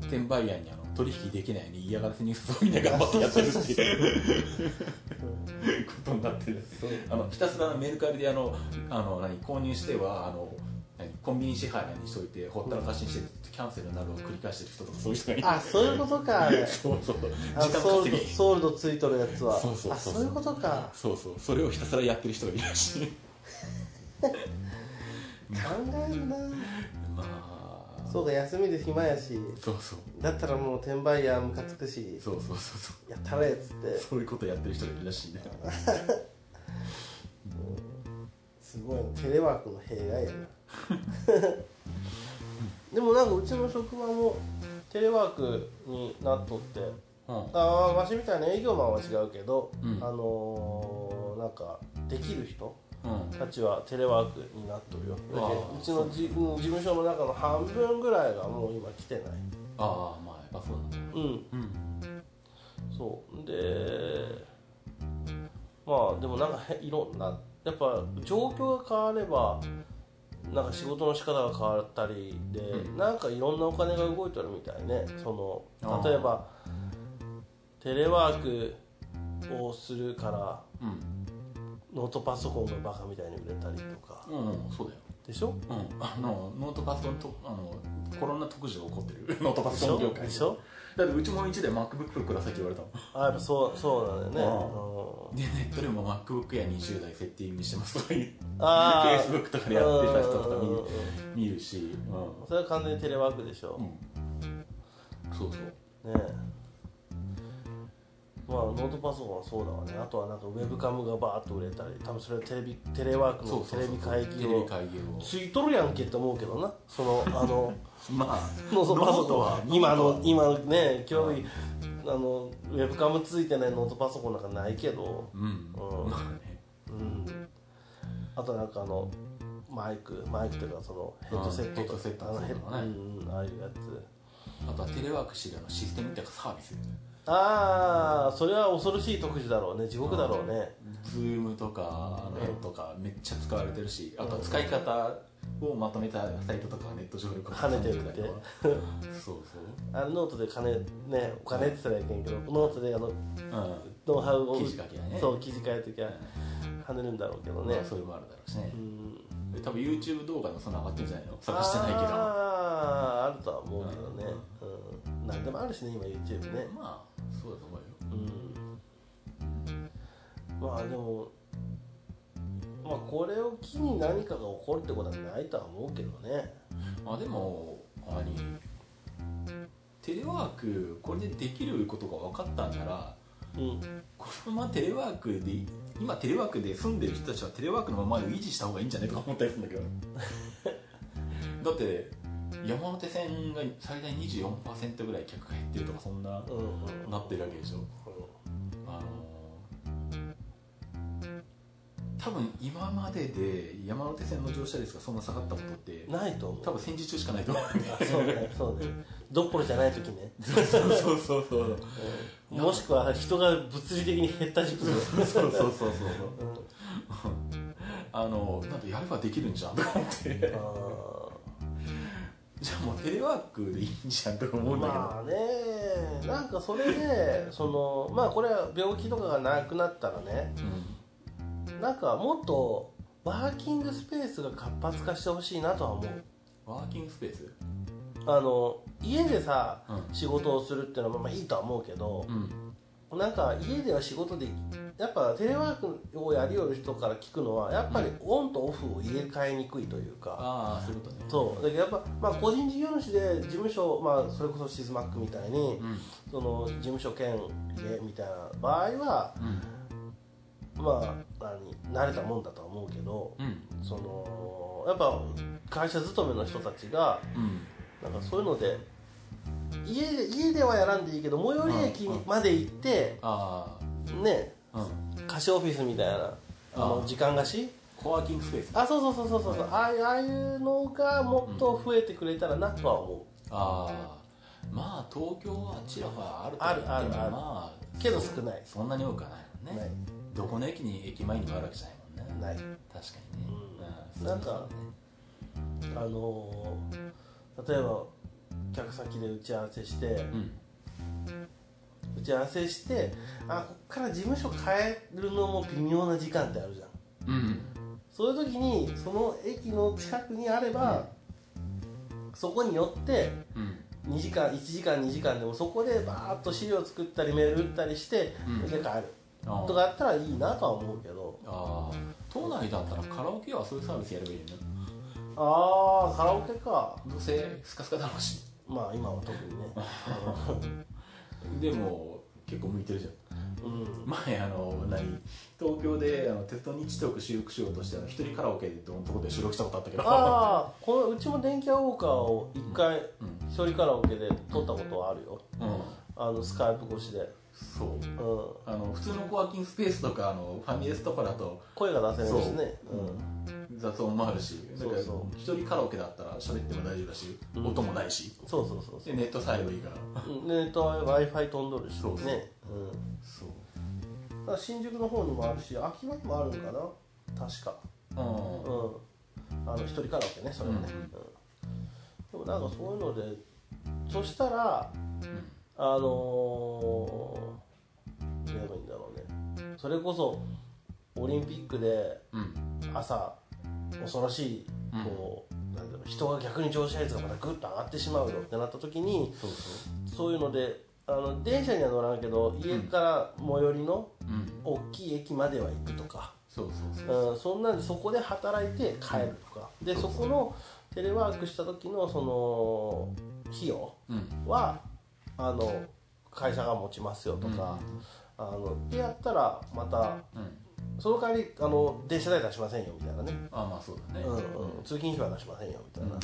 [SPEAKER 2] 何転売屋にあの取引できないように嫌がらせ入札をみんな頑張ってやってるっていう ことになってる
[SPEAKER 1] そう
[SPEAKER 2] あのひたすらメルカリであのあの何購入してはあの何コンビニ支払いにしといてほったらかしにしてずっとキャンセルになるを繰り返してる人とかそういう人がいる
[SPEAKER 1] あそういうことかあれ
[SPEAKER 2] そうそう
[SPEAKER 1] あソー
[SPEAKER 2] 時間
[SPEAKER 1] ル
[SPEAKER 2] 稼
[SPEAKER 1] ド
[SPEAKER 2] ぎ
[SPEAKER 1] ソールドついとるやつは
[SPEAKER 2] そうそうそうそう
[SPEAKER 1] あそういうことか
[SPEAKER 2] そうそうそれをひたすらやってる人がいるらしい
[SPEAKER 1] 考えるな
[SPEAKER 2] まあ
[SPEAKER 1] そうか休みで暇やし
[SPEAKER 2] そうそう
[SPEAKER 1] だったらもう転売屋ムカつくし
[SPEAKER 2] そうそうそうそう
[SPEAKER 1] やったれっつって
[SPEAKER 2] そういうことやってる人がいるらしいね
[SPEAKER 1] すごいなテレワークの弊害やな でもなんかうちの職場もテレワークになっとって
[SPEAKER 2] うん
[SPEAKER 1] あーわしみたいな営業マンは違うけど、
[SPEAKER 2] うん
[SPEAKER 1] あのーなんかできる人
[SPEAKER 2] うん
[SPEAKER 1] たちはテレワークになっとるよ
[SPEAKER 2] あー
[SPEAKER 1] だけどうちのじうん事務所の中の半分ぐらいがもう今来てない
[SPEAKER 2] ああまあやっぱそうなんだ
[SPEAKER 1] うん
[SPEAKER 2] うん
[SPEAKER 1] そうでまあでもなんかへいろんなやっぱ状況が変わればなんか仕事の仕方が変わったりで、
[SPEAKER 2] う
[SPEAKER 1] なんかいろんなお金が動いてるみたいねそ
[SPEAKER 2] あ
[SPEAKER 1] の
[SPEAKER 2] ー
[SPEAKER 1] 例えばテレワークをするから
[SPEAKER 2] うん
[SPEAKER 1] ノートパソコンがバカみたいに売れたりとか
[SPEAKER 2] うんうんそうだよ
[SPEAKER 1] でしょ
[SPEAKER 2] うんあのノートパソコンとあのコロナ特需が起こってる ノートパ
[SPEAKER 1] で
[SPEAKER 2] ソ
[SPEAKER 1] し
[SPEAKER 2] コ
[SPEAKER 1] ょ
[SPEAKER 2] ン業界
[SPEAKER 1] でしょ
[SPEAKER 2] だってうちも1で MacBook くださいって言われたもん
[SPEAKER 1] あやっぱそうそうなんだよね
[SPEAKER 2] でネットでも MacBook や20代セッティングしてますとかいう
[SPEAKER 1] うんああ
[SPEAKER 2] Facebook とかでやってた人とか見る
[SPEAKER 1] うん
[SPEAKER 2] 見るしうん
[SPEAKER 1] それは完全にテレワークでしょ、
[SPEAKER 2] うん、そうそう
[SPEAKER 1] ねえまあノートパソコンはそうだわねあとはなんかウェブカムがバーッと売れたり多分それはテレビテレワーク
[SPEAKER 2] そ
[SPEAKER 1] の
[SPEAKER 2] う
[SPEAKER 1] テ
[SPEAKER 2] そうそう
[SPEAKER 1] レビ会
[SPEAKER 2] テ
[SPEAKER 1] 議
[SPEAKER 2] レビ
[SPEAKER 1] を
[SPEAKER 2] 会議を
[SPEAKER 1] ついとるやんけって思うけどなそのあ の
[SPEAKER 2] まあ
[SPEAKER 1] ノートパソコン
[SPEAKER 2] は
[SPEAKER 1] 今の今のね今日あのウェブカムついてないノートパソコンなんかないけど
[SPEAKER 2] うん、
[SPEAKER 1] うん
[SPEAKER 2] まあね
[SPEAKER 1] うんあとなんかあのマイクマイクというかそのヘッドセットとか
[SPEAKER 2] あヘッドセット
[SPEAKER 1] あのヘッ
[SPEAKER 2] そうだね
[SPEAKER 1] うんうんああいうやつ
[SPEAKER 2] あとはテレワークしてるあのシステムっていうかサービス
[SPEAKER 1] ああそれは恐ろしい特需だろうね地獄だろうね
[SPEAKER 2] ズームとかあのとかめっちゃ使われてるしあとは使い方をまとめたサイトとかネット上で
[SPEAKER 1] 跳ねてるって
[SPEAKER 2] そうそう
[SPEAKER 1] あのノートで金ねお金って言ったらいけんけどノートであの
[SPEAKER 2] うん
[SPEAKER 1] ノウハウを
[SPEAKER 2] 記事書きゃね
[SPEAKER 1] そう記事書いときゃ跳ねるんだろうけどね
[SPEAKER 2] まあ、それもあるだろうしね
[SPEAKER 1] う、ん
[SPEAKER 2] 多分 YouTube 動画でもそんな上がってるんじゃないの探してないけど
[SPEAKER 1] あああるとは思うけどねうん何でもあるしね今 YouTube ね
[SPEAKER 2] まあそうだと思うよ
[SPEAKER 1] うんまあでもまあこれを機に何かが起こるってことはないとは思うけどね
[SPEAKER 2] まあでも何テレワークこれでできることが分かったんなら
[SPEAKER 1] うん
[SPEAKER 2] このままテレワークで今テレワークで住んでる人たちはテレワークのままで維持した方がいいんじゃないとか思ったりするんだけ どだって山手線が最大24%ぐらい客が減ってるとかそんな
[SPEAKER 1] うんうん
[SPEAKER 2] なってるわけでしょ
[SPEAKER 1] うん
[SPEAKER 2] あのー多分今までで山手線の乗車率がそんな下がったことって
[SPEAKER 1] ないと思う
[SPEAKER 2] 多分戦時中しかないと思うんだよね
[SPEAKER 1] そうねそうねどころじゃない時ね、
[SPEAKER 2] そうそうそうそう
[SPEAKER 1] うんもしくは人が物理的に減った時期
[SPEAKER 2] そうそうそうそう
[SPEAKER 1] うんあ
[SPEAKER 2] あのなんかやればできるんじゃんとか思ってじゃあもうテレワークでいいんじゃんとか思
[SPEAKER 1] ー
[SPEAKER 2] うんだけど、
[SPEAKER 1] まあねなんかそれでそのまあこれは病気とかがなくなったらね
[SPEAKER 2] うん
[SPEAKER 1] なんかもっとワーキングスペースが活発化してほしいなとは思う
[SPEAKER 2] ワーキングスペース
[SPEAKER 1] あの家でさ、
[SPEAKER 2] うん
[SPEAKER 1] 仕事をするっていうのはまあいいとは思うけど
[SPEAKER 2] う、ん
[SPEAKER 1] なんか家では仕事でやっぱテレワークをやりよる人から聞くのはやっぱりオンとオフを入れ替えにくいというか、
[SPEAKER 2] ああそういうことね
[SPEAKER 1] そうだけどやっぱ、まあ、個人事業主で事務所、まあ、それこそシズマックみたいに、
[SPEAKER 2] うん
[SPEAKER 1] その事務所兼家みたいな場合はまあ何慣れたもんだとは思うけど
[SPEAKER 2] うんうん
[SPEAKER 1] そのやっぱ会社勤めの人たちが
[SPEAKER 2] うん
[SPEAKER 1] なんかそういうので家で家ではやらんでいいけど最寄り駅にまで行って、
[SPEAKER 2] あ
[SPEAKER 1] ね
[SPEAKER 2] あうん
[SPEAKER 1] 貸しオフィスみたいなあの
[SPEAKER 2] あー
[SPEAKER 1] 時間貸し
[SPEAKER 2] コワーキングスペース
[SPEAKER 1] あそうそうそうそうそうそうああいうああいうのがもっと増えてくれたらなとは思
[SPEAKER 2] ああまあ東京はちらほらあると
[SPEAKER 1] あるある
[SPEAKER 2] でも
[SPEAKER 1] ある
[SPEAKER 2] ま
[SPEAKER 1] うけど少ない
[SPEAKER 2] あそんなに多くはないもんね
[SPEAKER 1] ない
[SPEAKER 2] どこの駅に駅前にもあるわけじゃないもんね
[SPEAKER 1] ない
[SPEAKER 2] 確かにね、
[SPEAKER 1] うん
[SPEAKER 2] そ
[SPEAKER 1] なんか
[SPEAKER 2] そうだね
[SPEAKER 1] あのー例えば客先で打ち合わせして、
[SPEAKER 2] うん
[SPEAKER 1] 打ち合わせしてあこっから事務所変えるのも微妙な時間ってあるじゃん
[SPEAKER 2] うん
[SPEAKER 1] そういう時にその駅の近くにあれば、そこによって
[SPEAKER 2] うん
[SPEAKER 1] 2時間1時間2時間でもそこでバーッと資料作ったりメール打ったりして、
[SPEAKER 2] うん
[SPEAKER 1] で帰る
[SPEAKER 2] あ
[SPEAKER 1] とかあったらいいなとは思うけど
[SPEAKER 2] あー都内だったらカラオケはそういうサービスやればいいよね
[SPEAKER 1] ああカラオケか
[SPEAKER 2] どうせスカスカだろうし
[SPEAKER 1] まあ今は特にね
[SPEAKER 2] でも結構向いてるじゃん
[SPEAKER 1] うん
[SPEAKER 2] 前あの何東京であの鉄道日トーク収録しようとしてあの一人カラオケでどんとこで収録したことあったけど
[SPEAKER 1] ああこのうちも電気屋ウォーカーを一回
[SPEAKER 2] うん
[SPEAKER 1] 一人カラオケで撮ったことはあるよ
[SPEAKER 2] うん
[SPEAKER 1] あのスカイプ越しで、
[SPEAKER 2] そう
[SPEAKER 1] うん、
[SPEAKER 2] あの普通のコワーキングスペースとかあのファミレスとかだと
[SPEAKER 1] 声が出せ
[SPEAKER 2] そ
[SPEAKER 1] る
[SPEAKER 2] う
[SPEAKER 1] しね
[SPEAKER 2] うん雑音もあるしなんか
[SPEAKER 1] そうそ
[SPEAKER 2] 一人カラオケだったら喋っても大丈夫だし、
[SPEAKER 1] うん
[SPEAKER 2] 音もないし
[SPEAKER 1] そうそうそうそ
[SPEAKER 2] でネットさえばいいから
[SPEAKER 1] ううんネットは w i f i 飛んどるし
[SPEAKER 2] そうそう
[SPEAKER 1] ね、うん、
[SPEAKER 2] そう
[SPEAKER 1] だから新宿の方にもあるし秋葉にもあるのかな確か
[SPEAKER 2] う
[SPEAKER 1] う
[SPEAKER 2] ん
[SPEAKER 1] んあの一人カラオケねそれはね、
[SPEAKER 2] うん
[SPEAKER 1] うんでもなんかそういうのでそしたらあのー、どうやればいいんだろうねそれこそオリンピックで
[SPEAKER 2] うん
[SPEAKER 1] 朝恐ろしいこう、なんだろう人が逆に乗車率がまたグッと上がってしまうよってなった時に
[SPEAKER 2] そうそ
[SPEAKER 1] そういうのであの電車には乗らんけど家から最寄りの
[SPEAKER 2] ううん
[SPEAKER 1] 大きい駅までは行くとか、
[SPEAKER 2] そうそうそう
[SPEAKER 1] うん、そんなんでそこで働いて帰るとかでそこのテレワークした時のその費用
[SPEAKER 2] うん
[SPEAKER 1] はあの会社が持ちますよとか、あのってやったらまた
[SPEAKER 2] うん
[SPEAKER 1] その代わりあの電車代出しませんよみたいなね、
[SPEAKER 2] あまあそうだね
[SPEAKER 1] うんうん、通勤費は出しませんよみたいな、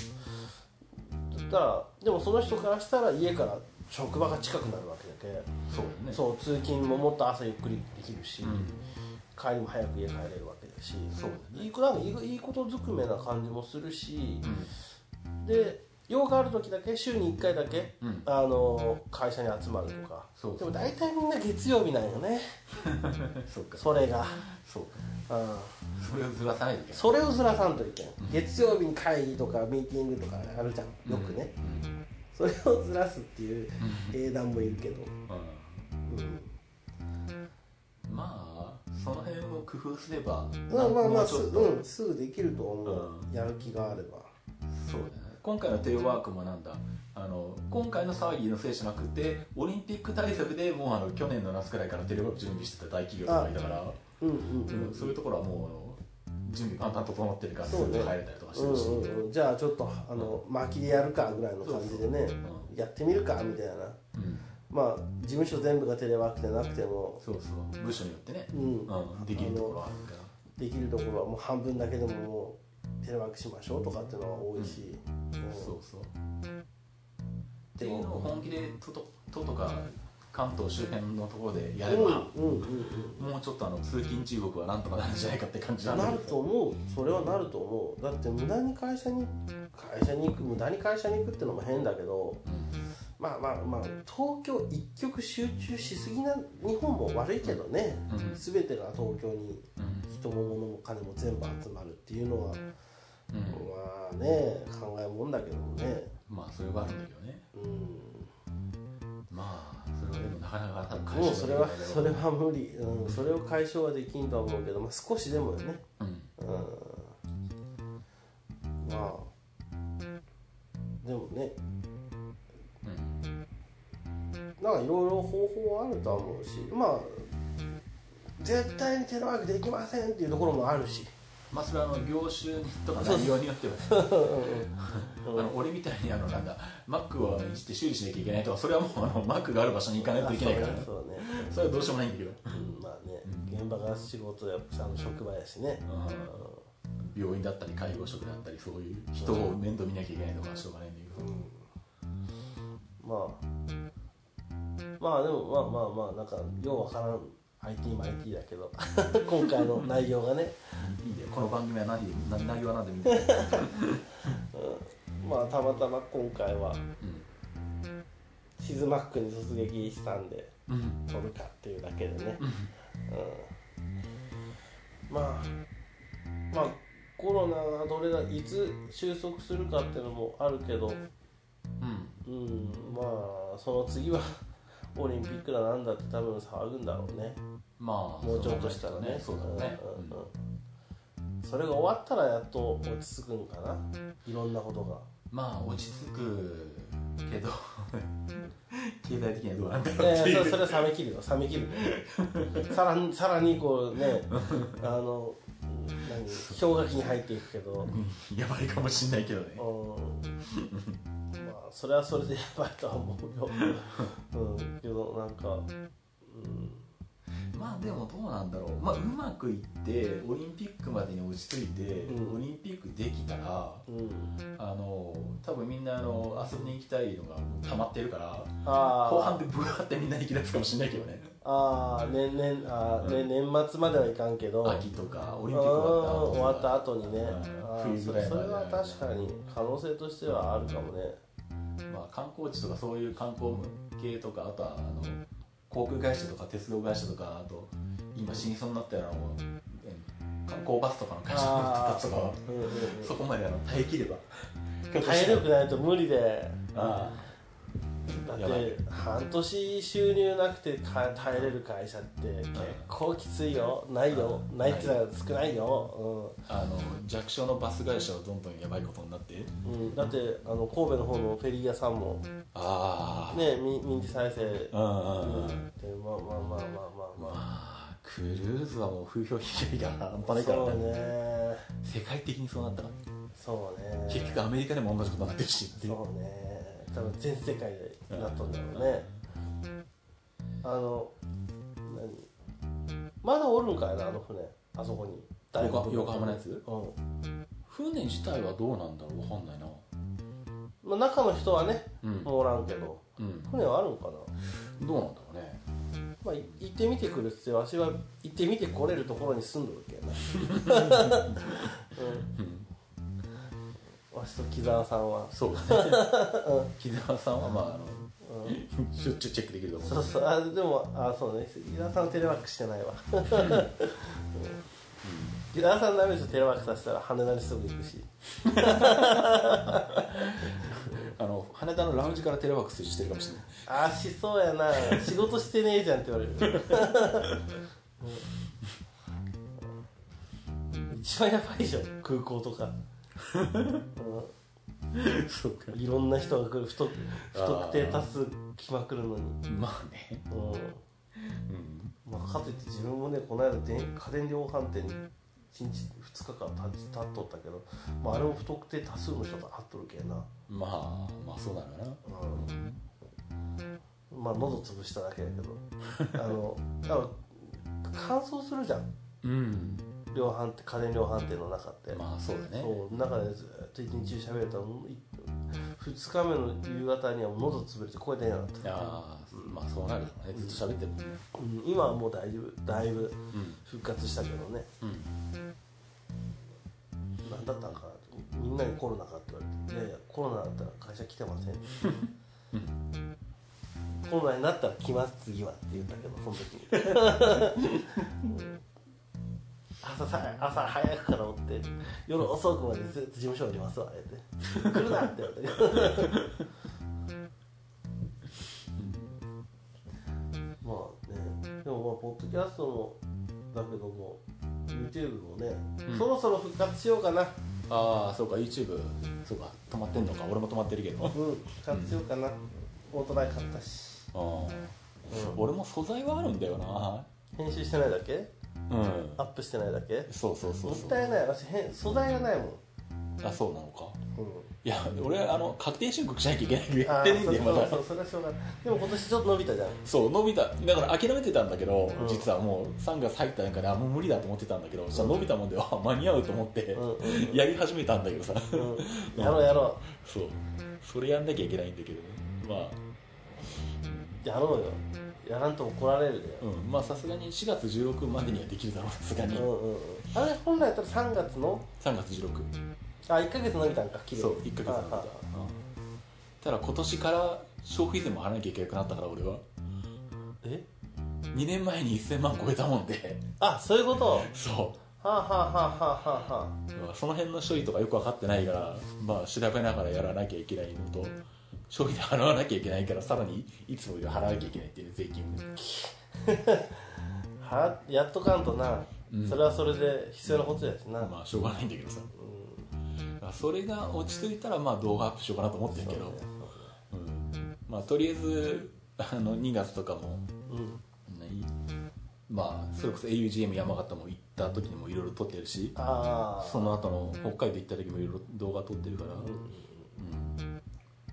[SPEAKER 1] だったらでもその人からしたら家から職場が近くなるわけだけ
[SPEAKER 2] そうだね
[SPEAKER 1] そう通勤ももっと朝ゆっくりできるし、
[SPEAKER 2] うん
[SPEAKER 1] 帰りも早く家帰れるわけだし
[SPEAKER 2] そうだね
[SPEAKER 1] いい子なんかいいいいことずくめな感じもするし
[SPEAKER 2] う、
[SPEAKER 1] で用がある時だけ週に1回だけ、
[SPEAKER 2] うん
[SPEAKER 1] あの会社に集まるとか
[SPEAKER 2] そう
[SPEAKER 1] でも大体みんな月曜日なんよね
[SPEAKER 2] ん そうか
[SPEAKER 1] それが、
[SPEAKER 2] そうか
[SPEAKER 1] うん、
[SPEAKER 2] それをずらさないといけない
[SPEAKER 1] それをずらさんといけん月曜日に会議とかミーティングとかあるじゃんよくね、
[SPEAKER 2] うん
[SPEAKER 1] それをずらすっていう英断もいるけど、
[SPEAKER 2] うんまあその辺を工夫すれば
[SPEAKER 1] うん、まあまあま
[SPEAKER 2] も
[SPEAKER 1] あ
[SPEAKER 2] うち
[SPEAKER 1] す,、
[SPEAKER 2] ょっと
[SPEAKER 1] うん、すぐできると思う、
[SPEAKER 2] う
[SPEAKER 1] やる気があれば
[SPEAKER 2] そうだね今回のテレワークもなんだあの今回の騒ぎのせいじゃなくてオリンピック対策でもうあの去年の夏くらいからテレワーク準備してた大企業とかいたから、
[SPEAKER 1] うんうん
[SPEAKER 2] うんそういうところはもうあの準備万端整ってるからすぐ帰れたりとかし
[SPEAKER 1] う
[SPEAKER 2] て
[SPEAKER 1] ん
[SPEAKER 2] るし、
[SPEAKER 1] うんうん、じゃあちょっとあの巻きでやるかぐらいの感じでね
[SPEAKER 2] そうそうう
[SPEAKER 1] やってみるかみたいな
[SPEAKER 2] うん
[SPEAKER 1] まあ事務所全部がテレワークでなくても、
[SPEAKER 2] そうそう部署によってね、
[SPEAKER 1] うん
[SPEAKER 2] うん、できるところはあるから
[SPEAKER 1] できるところはもう半分だけでももうテレワークしましょうとかっていうのは多いし、うん
[SPEAKER 2] そうそうっ
[SPEAKER 1] で
[SPEAKER 2] ていうのを
[SPEAKER 1] も
[SPEAKER 2] 本気で都と都とか関東周辺のところでや
[SPEAKER 1] う
[SPEAKER 2] れ
[SPEAKER 1] ん
[SPEAKER 2] ば、
[SPEAKER 1] うんうん
[SPEAKER 2] もうちょっとあの通勤中国はなんとかなるんじゃないかって感じなんだ
[SPEAKER 1] な
[SPEAKER 2] け
[SPEAKER 1] る
[SPEAKER 2] ど
[SPEAKER 1] と思うそれはなると思うだって無駄に会社に会社に行く無駄に会社に行くってのも変だけど
[SPEAKER 2] うん
[SPEAKER 1] まあまあまあ東京一極集中しすぎな日本も悪いけどね、
[SPEAKER 2] うん
[SPEAKER 1] 全てが東京に人も物も金も全部集まるっていうのは
[SPEAKER 2] うんうん
[SPEAKER 1] まあね考えもんだけどもね
[SPEAKER 2] まあそれはあるんだけどね
[SPEAKER 1] うん
[SPEAKER 2] まあそれはでもなかなか多
[SPEAKER 1] も
[SPEAKER 2] 分
[SPEAKER 1] う
[SPEAKER 2] 解消
[SPEAKER 1] そ
[SPEAKER 2] で
[SPEAKER 1] れ
[SPEAKER 2] きな
[SPEAKER 1] はい
[SPEAKER 2] だろう
[SPEAKER 1] それは無理、うん、それを解消はできんとは思うけど、まあ、少しでもよね
[SPEAKER 2] うん
[SPEAKER 1] うんまあでもね
[SPEAKER 2] うん
[SPEAKER 1] なんかいろいろ方法はあるとは思うしまあ絶対にテレワークできませんっていうところもあるし
[SPEAKER 2] まあそれはあの業種とか内容によってはあの俺みたいにあのなんだ Mac をいじって修理しなきゃいけないとかそれはもうあの Mac がある場所に行かないといけないから
[SPEAKER 1] そうね
[SPEAKER 2] それはどうしようもないんだけど
[SPEAKER 1] そうね、うん、まあね現場が仕事やっぱあの職場やしね、
[SPEAKER 2] 病院だったり介護職だったりそういう人を面倒見なきゃいけないとかはしょうがないんだけど
[SPEAKER 1] まあまあでもまあまあまあなんかようわからん IT も IT だけど 今回の内容がね
[SPEAKER 2] いいんだよこの番組は何で何内容は何で見てる
[SPEAKER 1] まあたまたま今回は
[SPEAKER 2] うん
[SPEAKER 1] シズマックに突撃したんで
[SPEAKER 2] うん
[SPEAKER 1] 撮るかっていうだけでね、うん、まあまあコロナがどれだいつ収束するかっていうのもあるけど
[SPEAKER 2] うん
[SPEAKER 1] うんまあその次は オリンピックだなんだって多分騒ぐんだろうね
[SPEAKER 2] まあ
[SPEAKER 1] もうちょっとしたらね
[SPEAKER 2] そうだろうね
[SPEAKER 1] うんうんうんそれが終わったらやっと落ち着くんかないろんなことが
[SPEAKER 2] まあ落ち着くけど経済的にはどうなんだろう って
[SPEAKER 1] え
[SPEAKER 2] い
[SPEAKER 1] え
[SPEAKER 2] う
[SPEAKER 1] それそれは冷め切るよ冷め切るよ さらにさらにこうねあの何氷河期に入っていくけど
[SPEAKER 2] うんやばいかもしんないけどね
[SPEAKER 1] うんまあそれはそれでやばいとは思 うよ、うん、けどなんか、うん、
[SPEAKER 2] まあでもどうなんだろう、まあ、うまくいってオリンピックまでに落ち着いて、
[SPEAKER 1] うん
[SPEAKER 2] オリンピックできたら
[SPEAKER 1] うん、
[SPEAKER 2] あの多分みんなあの遊びに行きたいのが溜まってるから
[SPEAKER 1] あー
[SPEAKER 2] 後半でブワーってみんな行き出すかもしんないけどね
[SPEAKER 1] あー年々あー、ね、年末まではいかんけど
[SPEAKER 2] 秋とかオリン
[SPEAKER 1] うん
[SPEAKER 2] ピック終
[SPEAKER 1] 終
[SPEAKER 2] わ
[SPEAKER 1] わ
[SPEAKER 2] っ
[SPEAKER 1] ったた
[SPEAKER 2] 後
[SPEAKER 1] 後にね
[SPEAKER 2] うん
[SPEAKER 1] あー
[SPEAKER 2] 冬
[SPEAKER 1] そ
[SPEAKER 2] ぐら
[SPEAKER 1] れ
[SPEAKER 2] いま
[SPEAKER 1] そ
[SPEAKER 2] で
[SPEAKER 1] れは確かに可能性としてはあるかもね
[SPEAKER 2] まあ、観光地とかそういう観光系とかあとはあの航空会社とか鉄道会社とかあと今死にそうになったようなもうえ観光バスとかの会社の人たちとかは
[SPEAKER 1] うんうんうん
[SPEAKER 2] そこまであの耐えきれば
[SPEAKER 1] 体力ないと無理で
[SPEAKER 2] あ
[SPEAKER 1] だっ
[SPEAKER 2] やばい
[SPEAKER 1] て半年収入なくてか耐えれる会社って結構きついよないよ
[SPEAKER 2] うん
[SPEAKER 1] ないってのは少ないよ、
[SPEAKER 2] ああの弱小のバス会社はどんどんやばいことになって
[SPEAKER 1] うんうん、だってあの神戸の方のフェリー屋さんも
[SPEAKER 2] ああ、
[SPEAKER 1] ねみ民事再生で
[SPEAKER 2] うんうんうん
[SPEAKER 1] まあまあまあまあまあまあ
[SPEAKER 2] まあクルーズはもう風評被害が半端ないから
[SPEAKER 1] そう
[SPEAKER 2] ね
[SPEAKER 1] ね
[SPEAKER 2] 世界的にそうなったら
[SPEAKER 1] そうね
[SPEAKER 2] 結局アメリカでも同じことになってるしっていう
[SPEAKER 1] そうね多分全世界でなっとんだろうねあの何まだおるんかいなあの船あそこに
[SPEAKER 2] 横浜横浜のやつ
[SPEAKER 1] う、
[SPEAKER 2] 船自体はどうなんだろうわかんないなん
[SPEAKER 1] まあ、中の人はね
[SPEAKER 2] うん
[SPEAKER 1] もうおらんけど
[SPEAKER 2] うん
[SPEAKER 1] 船はあるんかな、
[SPEAKER 2] どうなんだろうね
[SPEAKER 1] まあ、い行ってみてくるっつってわしは行ってみてこれるところに住んどるけやな、 うん、わしと木澤さんは
[SPEAKER 2] そうだね 木澤さんはまああの、しょっちゅうチェックできると思
[SPEAKER 1] そううそうあでもあそうね木澤さんはテレワークしてないわうん木澤さんダメでしょテレワークさせたら羽田にすぐ行くし
[SPEAKER 2] あの羽田のラウンジからテレワークしてるかもしれない
[SPEAKER 1] あーしそうやな仕事してねえじゃんって言われるうん一番やばいでしょ空港とか、
[SPEAKER 2] そうか
[SPEAKER 1] うんいろんな人が来る不特不特定多数来まくるのに、
[SPEAKER 2] まあね
[SPEAKER 1] う
[SPEAKER 2] うん
[SPEAKER 1] んまあ、かといって自分もねこの間電家電量販店に1日2日間立ち立っとったけど、まあ、あれも不特定多数の人が会っとるけんな、
[SPEAKER 2] まあまあそうなのかな
[SPEAKER 1] うんまあ喉潰しただけだけどあの多分乾燥するじゃん
[SPEAKER 2] うん
[SPEAKER 1] 量販店家電量販店の中って、
[SPEAKER 2] まあそうだね
[SPEAKER 1] そう中でずっと一日中喋るともうい2日目の夕方にはもう喉潰れて声出なかった、
[SPEAKER 2] ああまあそうなるよねずっと喋ってるもんね
[SPEAKER 1] うん、今はもうだいぶだいぶ
[SPEAKER 2] うん
[SPEAKER 1] 復活したけどね、
[SPEAKER 2] うん
[SPEAKER 1] 何だったんかなってみんなにコロナかって言われて「いやいやコロナだったら会社来てません」 コロナになったら来ます次は」って言ったけどその時に 朝さ朝早くからおって夜遅くまでずっと事務所おりますわ言って「来るな」って言われて まあねでもまあポッドキャストもだけども YouTube もね、
[SPEAKER 2] うん
[SPEAKER 1] そろそろ復活しようかな
[SPEAKER 2] ああそうか YouTube そうか止まってんのか俺も止まってるけど
[SPEAKER 1] うん、活用かな、オートバイ買ったし、
[SPEAKER 2] うん俺も素材はあるんだよ
[SPEAKER 1] 編集してないだけ
[SPEAKER 2] なうん
[SPEAKER 1] アップしてないだけ
[SPEAKER 2] そうそうそう
[SPEAKER 1] もっ
[SPEAKER 2] そう
[SPEAKER 1] たいない私へん素材がないもん、
[SPEAKER 2] あそうなのか
[SPEAKER 1] う
[SPEAKER 2] いや俺あの確定申告しなきゃいけない
[SPEAKER 1] ん、あ
[SPEAKER 2] やってねえんだよ
[SPEAKER 1] ーそ
[SPEAKER 2] まだ
[SPEAKER 1] うそうそうそれはしょうがないでも今年ちょっと伸びたじゃん
[SPEAKER 2] そう伸びただから諦めてたんだけど、
[SPEAKER 1] うん
[SPEAKER 2] 実はもう3月入ったなんかねあもう無理だと思ってたんだけど、そしたら伸びたもんであ間に合うと思って、
[SPEAKER 1] うんうんうん
[SPEAKER 2] やり始めたんだけどさ、
[SPEAKER 1] うん、やろうやろ
[SPEAKER 2] そうそれやんなきゃいけないんだけどねまあ
[SPEAKER 1] うやろうよやらんと怒られるよ、
[SPEAKER 2] うんまあさすがに4月16までにはできるだろうさすが
[SPEAKER 1] う
[SPEAKER 2] に、
[SPEAKER 1] んうんうん、あれ本来やったら3月の
[SPEAKER 2] 3月16
[SPEAKER 1] あ1ヶ月伸びたんか期限
[SPEAKER 2] そう1ヶ月なんだ、
[SPEAKER 1] あ
[SPEAKER 2] うんただ今年から消費税も払わなきゃいけなくなったから俺は
[SPEAKER 1] あえ
[SPEAKER 2] 2年前に1000万超えたもんで
[SPEAKER 1] あそういうことは
[SPEAKER 2] そう
[SPEAKER 1] あ、はあはあはあはあはあ
[SPEAKER 2] その辺の処理とかよく分かってないから、まあ、調べながらやらなきゃいけないのと消費税払わなきゃいけないからさらにいつもより払わなきゃいけないっていう税金
[SPEAKER 1] はやっとかんとな、
[SPEAKER 2] うん
[SPEAKER 1] それはそれで必要なことやしな、
[SPEAKER 2] まあしょうがないんだけどさ
[SPEAKER 1] うん
[SPEAKER 2] それが落ち着いたらまあ動画アップしようかなと思ってるけどう、んまあ、とりあえずあの2月とかも
[SPEAKER 1] うん
[SPEAKER 2] 何まあそれこそ augm 山形も行った時にもいろいろ撮ってるし
[SPEAKER 1] ああ
[SPEAKER 2] その後の北海道行った時もいろいろ動画撮ってるから、うん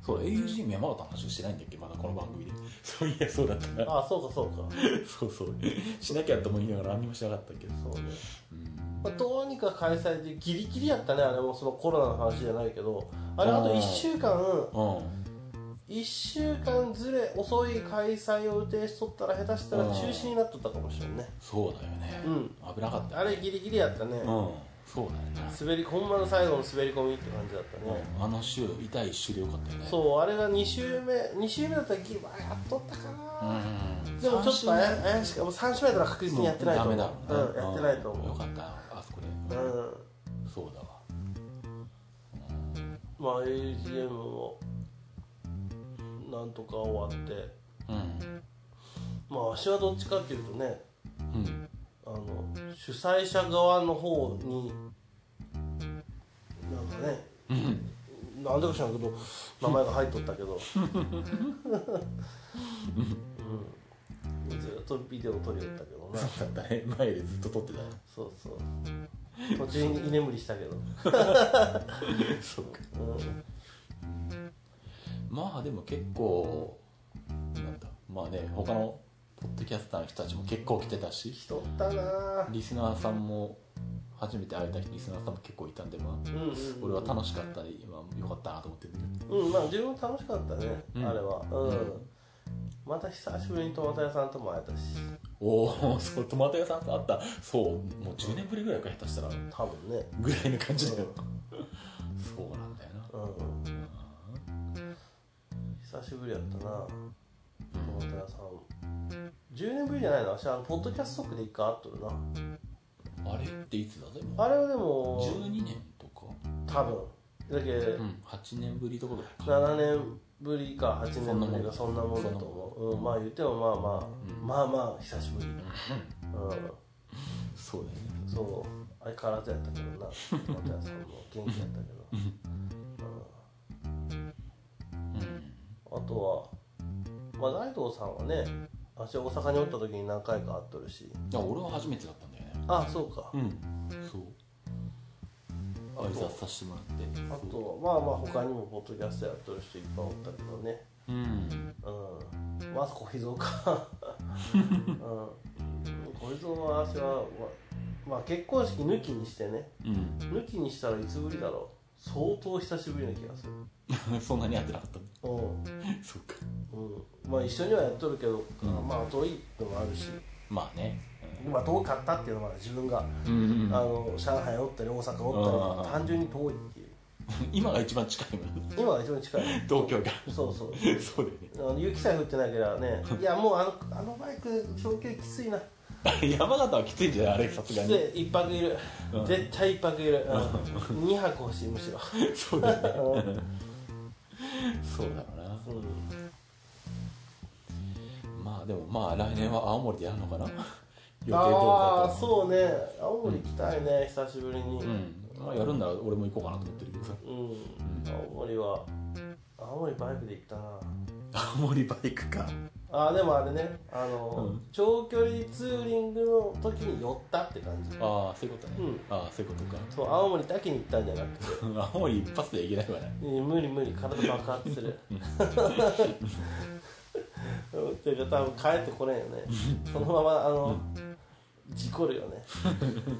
[SPEAKER 2] そう AUG 山形の話をしてないんだっけまだこの番 組でそういやそうだったな
[SPEAKER 1] ああそうかそうか
[SPEAKER 2] そうそうしなきゃと思いながら何にもしなかったけど
[SPEAKER 1] そうね、
[SPEAKER 2] うん
[SPEAKER 1] まあ、どうにか開催でギリギリやったねあれもそのコロナの話じゃないけどあれあと
[SPEAKER 2] あー
[SPEAKER 1] 1週間
[SPEAKER 2] うん
[SPEAKER 1] 1週間ずれ遅い開催を予定しとったら下手したら
[SPEAKER 2] あー
[SPEAKER 1] 中止になっとったかもしれんね
[SPEAKER 2] そうだよね、
[SPEAKER 1] うん
[SPEAKER 2] 危なかった
[SPEAKER 1] あれギリギリやったね、
[SPEAKER 2] うんそうだよね、
[SPEAKER 1] 滑りほんまの最後の滑り込みって感じだったね、
[SPEAKER 2] うんあの週痛い週でよかったよねう
[SPEAKER 1] そうあれが2週目2週目だったらギリわーやっとったかな、
[SPEAKER 2] ん
[SPEAKER 1] でもちょっと
[SPEAKER 2] 三週
[SPEAKER 1] 怪怪しくもう3週目だから確実にやってないと思う
[SPEAKER 2] もう
[SPEAKER 1] う
[SPEAKER 2] ダメだろ
[SPEAKER 1] ん、やってないと
[SPEAKER 2] よ
[SPEAKER 1] 思
[SPEAKER 2] かったあそこで、
[SPEAKER 1] う、うん、
[SPEAKER 2] そうだわ
[SPEAKER 1] まあ AGM もなんとか終わって
[SPEAKER 2] うん
[SPEAKER 1] まあわしはどっちかっていうとね
[SPEAKER 2] うん
[SPEAKER 1] あの主催者側の方になんかね
[SPEAKER 2] うん
[SPEAKER 1] なんでか知らんけど名前が入っとったけど、うん、ずっとビデオ撮りよったけどな
[SPEAKER 2] そうだったね前でずっと撮ってたね
[SPEAKER 1] そうそう途中に居眠りしたけ ど
[SPEAKER 2] そうか
[SPEAKER 1] うん
[SPEAKER 2] まあでも結構なんだまあね他のポッドキャスターの人たちも結構来てたし
[SPEAKER 1] 来とったなぁ
[SPEAKER 2] リスナーさんも初めて会えたリスナーさんも結構いたんでまあ
[SPEAKER 1] うんうん
[SPEAKER 2] 俺は楽しかったり今良かったなと思ってるんだ
[SPEAKER 1] うんまあ自分も楽しかったね、
[SPEAKER 2] うん
[SPEAKER 1] あれはうん、
[SPEAKER 2] うん
[SPEAKER 1] また久しぶりにトマト屋さんとも会えたし
[SPEAKER 2] けどおお そうトマト屋さんと会ったそうもう10年ぶりぐらいか下手したら
[SPEAKER 1] 多分ね
[SPEAKER 2] ぐらいの感じだよそうなんだよな
[SPEAKER 1] うん久しぶりやったなトマト屋さん10年ぶりじゃないの私あのポッドキャストトークで一回会っとるな
[SPEAKER 2] あれっていつだでも
[SPEAKER 1] あれはでも
[SPEAKER 2] 12年とか
[SPEAKER 1] 多分だけど
[SPEAKER 2] うん8年ぶりとかだか
[SPEAKER 1] 7年ぶりか8年ぶりかそ
[SPEAKER 2] そ
[SPEAKER 1] ん
[SPEAKER 2] ん
[SPEAKER 1] な
[SPEAKER 2] な
[SPEAKER 1] も
[SPEAKER 2] も
[SPEAKER 1] ん
[SPEAKER 2] ん
[SPEAKER 1] だと思う、うん、まあ言ってもまあまあ、まあまあ久しぶりうん
[SPEAKER 2] そうだよね
[SPEAKER 1] そう相変わらずやったけどな松屋さんも元気やったけど、うん、あとは、まあ、大道さんはね私大阪におった時に何回か会っとるし
[SPEAKER 2] いや俺は初めてだったんだよね
[SPEAKER 1] あそうか、
[SPEAKER 2] うんそう
[SPEAKER 1] あと
[SPEAKER 2] 挨拶させてもらって
[SPEAKER 1] あとまあまあ他にもポッドキャストやっとる人いっぱいおったけどね
[SPEAKER 2] うん
[SPEAKER 1] うんまず小秘蔵か うん小秘蔵は私は、まあまあ、結婚式抜きにしてね
[SPEAKER 2] うん
[SPEAKER 1] 抜きにしたらいつぶりだろう相当久しぶりな気がする
[SPEAKER 2] そんなに やってなかった
[SPEAKER 1] うん
[SPEAKER 2] そっか
[SPEAKER 1] うん、まあ一緒にはやっとるけど、
[SPEAKER 2] うん
[SPEAKER 1] まあ遠いのもあるし
[SPEAKER 2] まあね
[SPEAKER 1] 今遠かったっていうのは自分が、
[SPEAKER 2] うんうんうん
[SPEAKER 1] あの上海おったり大阪おった
[SPEAKER 2] あ
[SPEAKER 1] り
[SPEAKER 2] あ
[SPEAKER 1] 単純に遠いっていう
[SPEAKER 2] 今が一番近いもん
[SPEAKER 1] 今が一番近い
[SPEAKER 2] 東京が
[SPEAKER 1] そうそう
[SPEAKER 2] そうだ
[SPEAKER 1] あ
[SPEAKER 2] よね
[SPEAKER 1] の雪さえ降ってなければねいやもうあのあのバイク長距離きついな
[SPEAKER 2] 山形はきついんじゃないあれさす
[SPEAKER 1] きつ
[SPEAKER 2] がに
[SPEAKER 1] い一泊いる、
[SPEAKER 2] うん
[SPEAKER 1] 絶対一泊いる、うん、2泊欲しいむしろ
[SPEAKER 2] そうだよ
[SPEAKER 1] う
[SPEAKER 2] ね
[SPEAKER 1] ん
[SPEAKER 2] そうだろうな
[SPEAKER 1] うん
[SPEAKER 2] まあでもまあ来年は青森でやるのかな予定通りだ
[SPEAKER 1] ああ
[SPEAKER 2] と
[SPEAKER 1] そうね青森行きたいね、久しぶりに
[SPEAKER 2] ううんまあやるんなら俺も行こうかなと思ってるけどさ
[SPEAKER 1] うん、青森は青森バイクで行ったな
[SPEAKER 2] 青森バイクか
[SPEAKER 1] あーでもあれねあの、
[SPEAKER 2] うん
[SPEAKER 1] 長距離ツーリングの時に寄ったって感じ
[SPEAKER 2] ああそういうことね、
[SPEAKER 1] うん
[SPEAKER 2] ああそういうことか
[SPEAKER 1] そう青森だけに行ったんじゃなくて
[SPEAKER 2] 青森一発で行けないわね
[SPEAKER 1] うん無理無理体爆発するうんていうか多分帰ってこれんよねそのままあの、事故るよね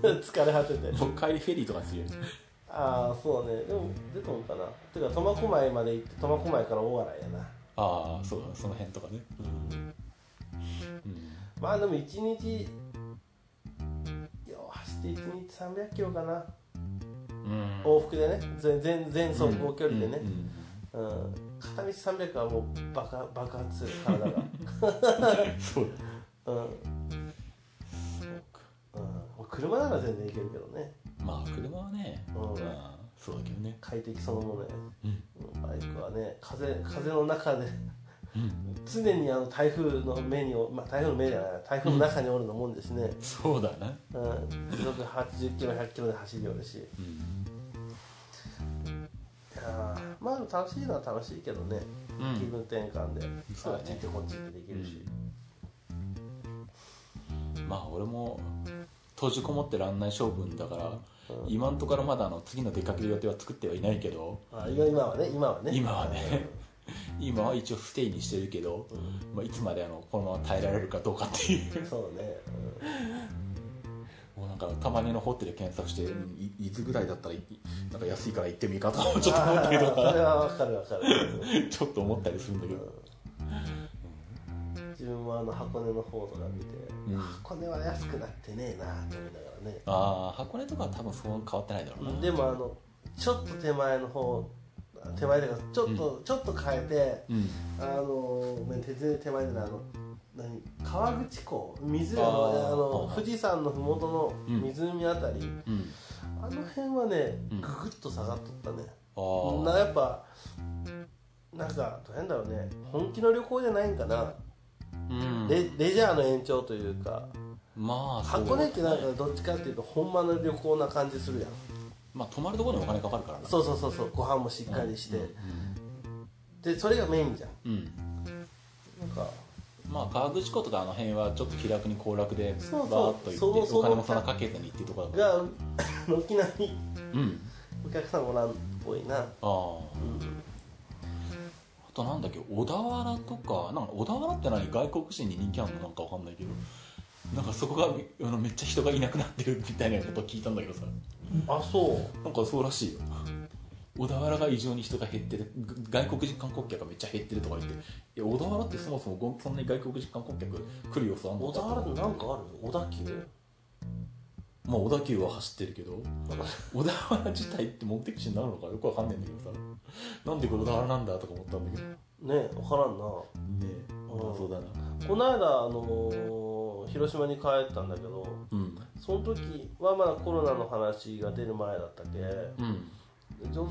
[SPEAKER 1] 疲れ果てて
[SPEAKER 2] 僕帰りフェリーとかするよね
[SPEAKER 1] ああそうねでも出とんかなていうか苫小牧まで行って苫小牧から大洗やな
[SPEAKER 2] ああそうだその辺とかねうん、うん、
[SPEAKER 1] まあでも1日よう走って1日300キロかな
[SPEAKER 2] うん
[SPEAKER 1] 往復でね全全全走行距離でね
[SPEAKER 2] う、ん
[SPEAKER 1] うん片道300はもう爆発爆発する 体が、
[SPEAKER 2] うんそうだ
[SPEAKER 1] うんうん、
[SPEAKER 2] そうか
[SPEAKER 1] もう車なら全然いけるけどね
[SPEAKER 2] まあ車はね、
[SPEAKER 1] うん
[SPEAKER 2] まあそうだけどね
[SPEAKER 1] 快適そのものや
[SPEAKER 2] うん
[SPEAKER 1] うんバイクはね風風の中で
[SPEAKER 2] うん
[SPEAKER 1] 常にあの台風の目におまあ台風の目じゃない台風の中におるのもんですね、
[SPEAKER 2] そうだな
[SPEAKER 1] うん、時速80キロ100キロで走りよるしい
[SPEAKER 2] うん、
[SPEAKER 1] やーまあでも楽しいのは楽しいけどね、
[SPEAKER 2] うん
[SPEAKER 1] 気分転換で、
[SPEAKER 2] そう
[SPEAKER 1] あ
[SPEAKER 2] だ
[SPEAKER 1] っ
[SPEAKER 2] ね
[SPEAKER 1] ち行ってこっち行ってできるし、
[SPEAKER 2] まあ俺も閉じこもってらんない性分だから、
[SPEAKER 1] うん
[SPEAKER 2] 今んところまだあの次の出かける予定は作ってはいないけど
[SPEAKER 1] あ今今はね今はね
[SPEAKER 2] 今はね今は一応ステイにしてるけど、まあ、いつまであのこのまま耐えられるかどうかっていう
[SPEAKER 1] うんそうね、
[SPEAKER 2] もうなんか玉ねのホテル検索してうんいいつぐらいだったらいなんか安いから行ってみようかとかも
[SPEAKER 1] うん、
[SPEAKER 2] ちょっと思ったり
[SPEAKER 1] あ
[SPEAKER 2] と
[SPEAKER 1] ーそれ
[SPEAKER 2] か
[SPEAKER 1] はわかるわかる、
[SPEAKER 2] ちょっと思ったりするんだけど、
[SPEAKER 1] うん自分もあの箱根の方とか見て、
[SPEAKER 2] うん
[SPEAKER 1] 箱根は安くなってねえなと思いながらね、
[SPEAKER 2] ああ箱根とかは多分そう変わってないだろうな、
[SPEAKER 1] でもあのちょっと手前の方手前というかちょっと、ちょっと変えて、
[SPEAKER 2] うん
[SPEAKER 1] あのごめん手前手前であの何川口湖水あの
[SPEAKER 2] あー
[SPEAKER 1] あ
[SPEAKER 2] はい
[SPEAKER 1] の
[SPEAKER 2] はい
[SPEAKER 1] 富士山の麓の湖あたり、
[SPEAKER 2] うん
[SPEAKER 1] あの辺はね
[SPEAKER 2] うん
[SPEAKER 1] ぐぐっと下がっとったね、
[SPEAKER 2] あ
[SPEAKER 1] な
[SPEAKER 2] ー
[SPEAKER 1] やっぱなんかどうやんだろうね本気の旅行じゃないんかな、
[SPEAKER 2] うん
[SPEAKER 1] レレジャーの延長というか
[SPEAKER 2] まあそう
[SPEAKER 1] 箱根ってなんかどっちかっていうと本場の旅行な感じするやん
[SPEAKER 2] まあ泊まるところにお金かかるからな
[SPEAKER 1] そうそうそうそうご飯もしっかりして、でそれがメインじゃん
[SPEAKER 2] うん、うん
[SPEAKER 1] なんか
[SPEAKER 2] まあ河口湖とかあの辺はちょっと気楽に行楽で
[SPEAKER 1] そうそう
[SPEAKER 2] バーッと行って
[SPEAKER 1] そうそう
[SPEAKER 2] お金もそんなかけずにっていうところだから
[SPEAKER 1] が 軒並み
[SPEAKER 2] うん
[SPEAKER 1] お客さんおらんっぽいな
[SPEAKER 2] あああとなんだっけ小田原とかなんか小田原って何外国人に人気あるのなんかわかんないけどなんかそこがあのめっちゃ人がいなくなってるみたいなことを聞いたんだけどさ
[SPEAKER 1] あそ
[SPEAKER 2] なんかそうらしいよ小田原が異常に人が減ってるぐ外国人観光客がめっちゃ減ってるとか言っていや小田原ってそもそもごそんなに外国人観光客来る要素あんの
[SPEAKER 1] 小田原ってなんかある小田急
[SPEAKER 2] まあ小田急は走ってるけど小田原自体って目的地になるのかよくわかんないんだけどさなんでこれ小田原なんだとか思ったんだけどね
[SPEAKER 1] ね分からんな
[SPEAKER 2] え謎だな
[SPEAKER 1] この間あのー広島に帰ったんだけど
[SPEAKER 2] うん
[SPEAKER 1] その時はまだコロナの話が出る前だったけ
[SPEAKER 2] うん
[SPEAKER 1] ちょうど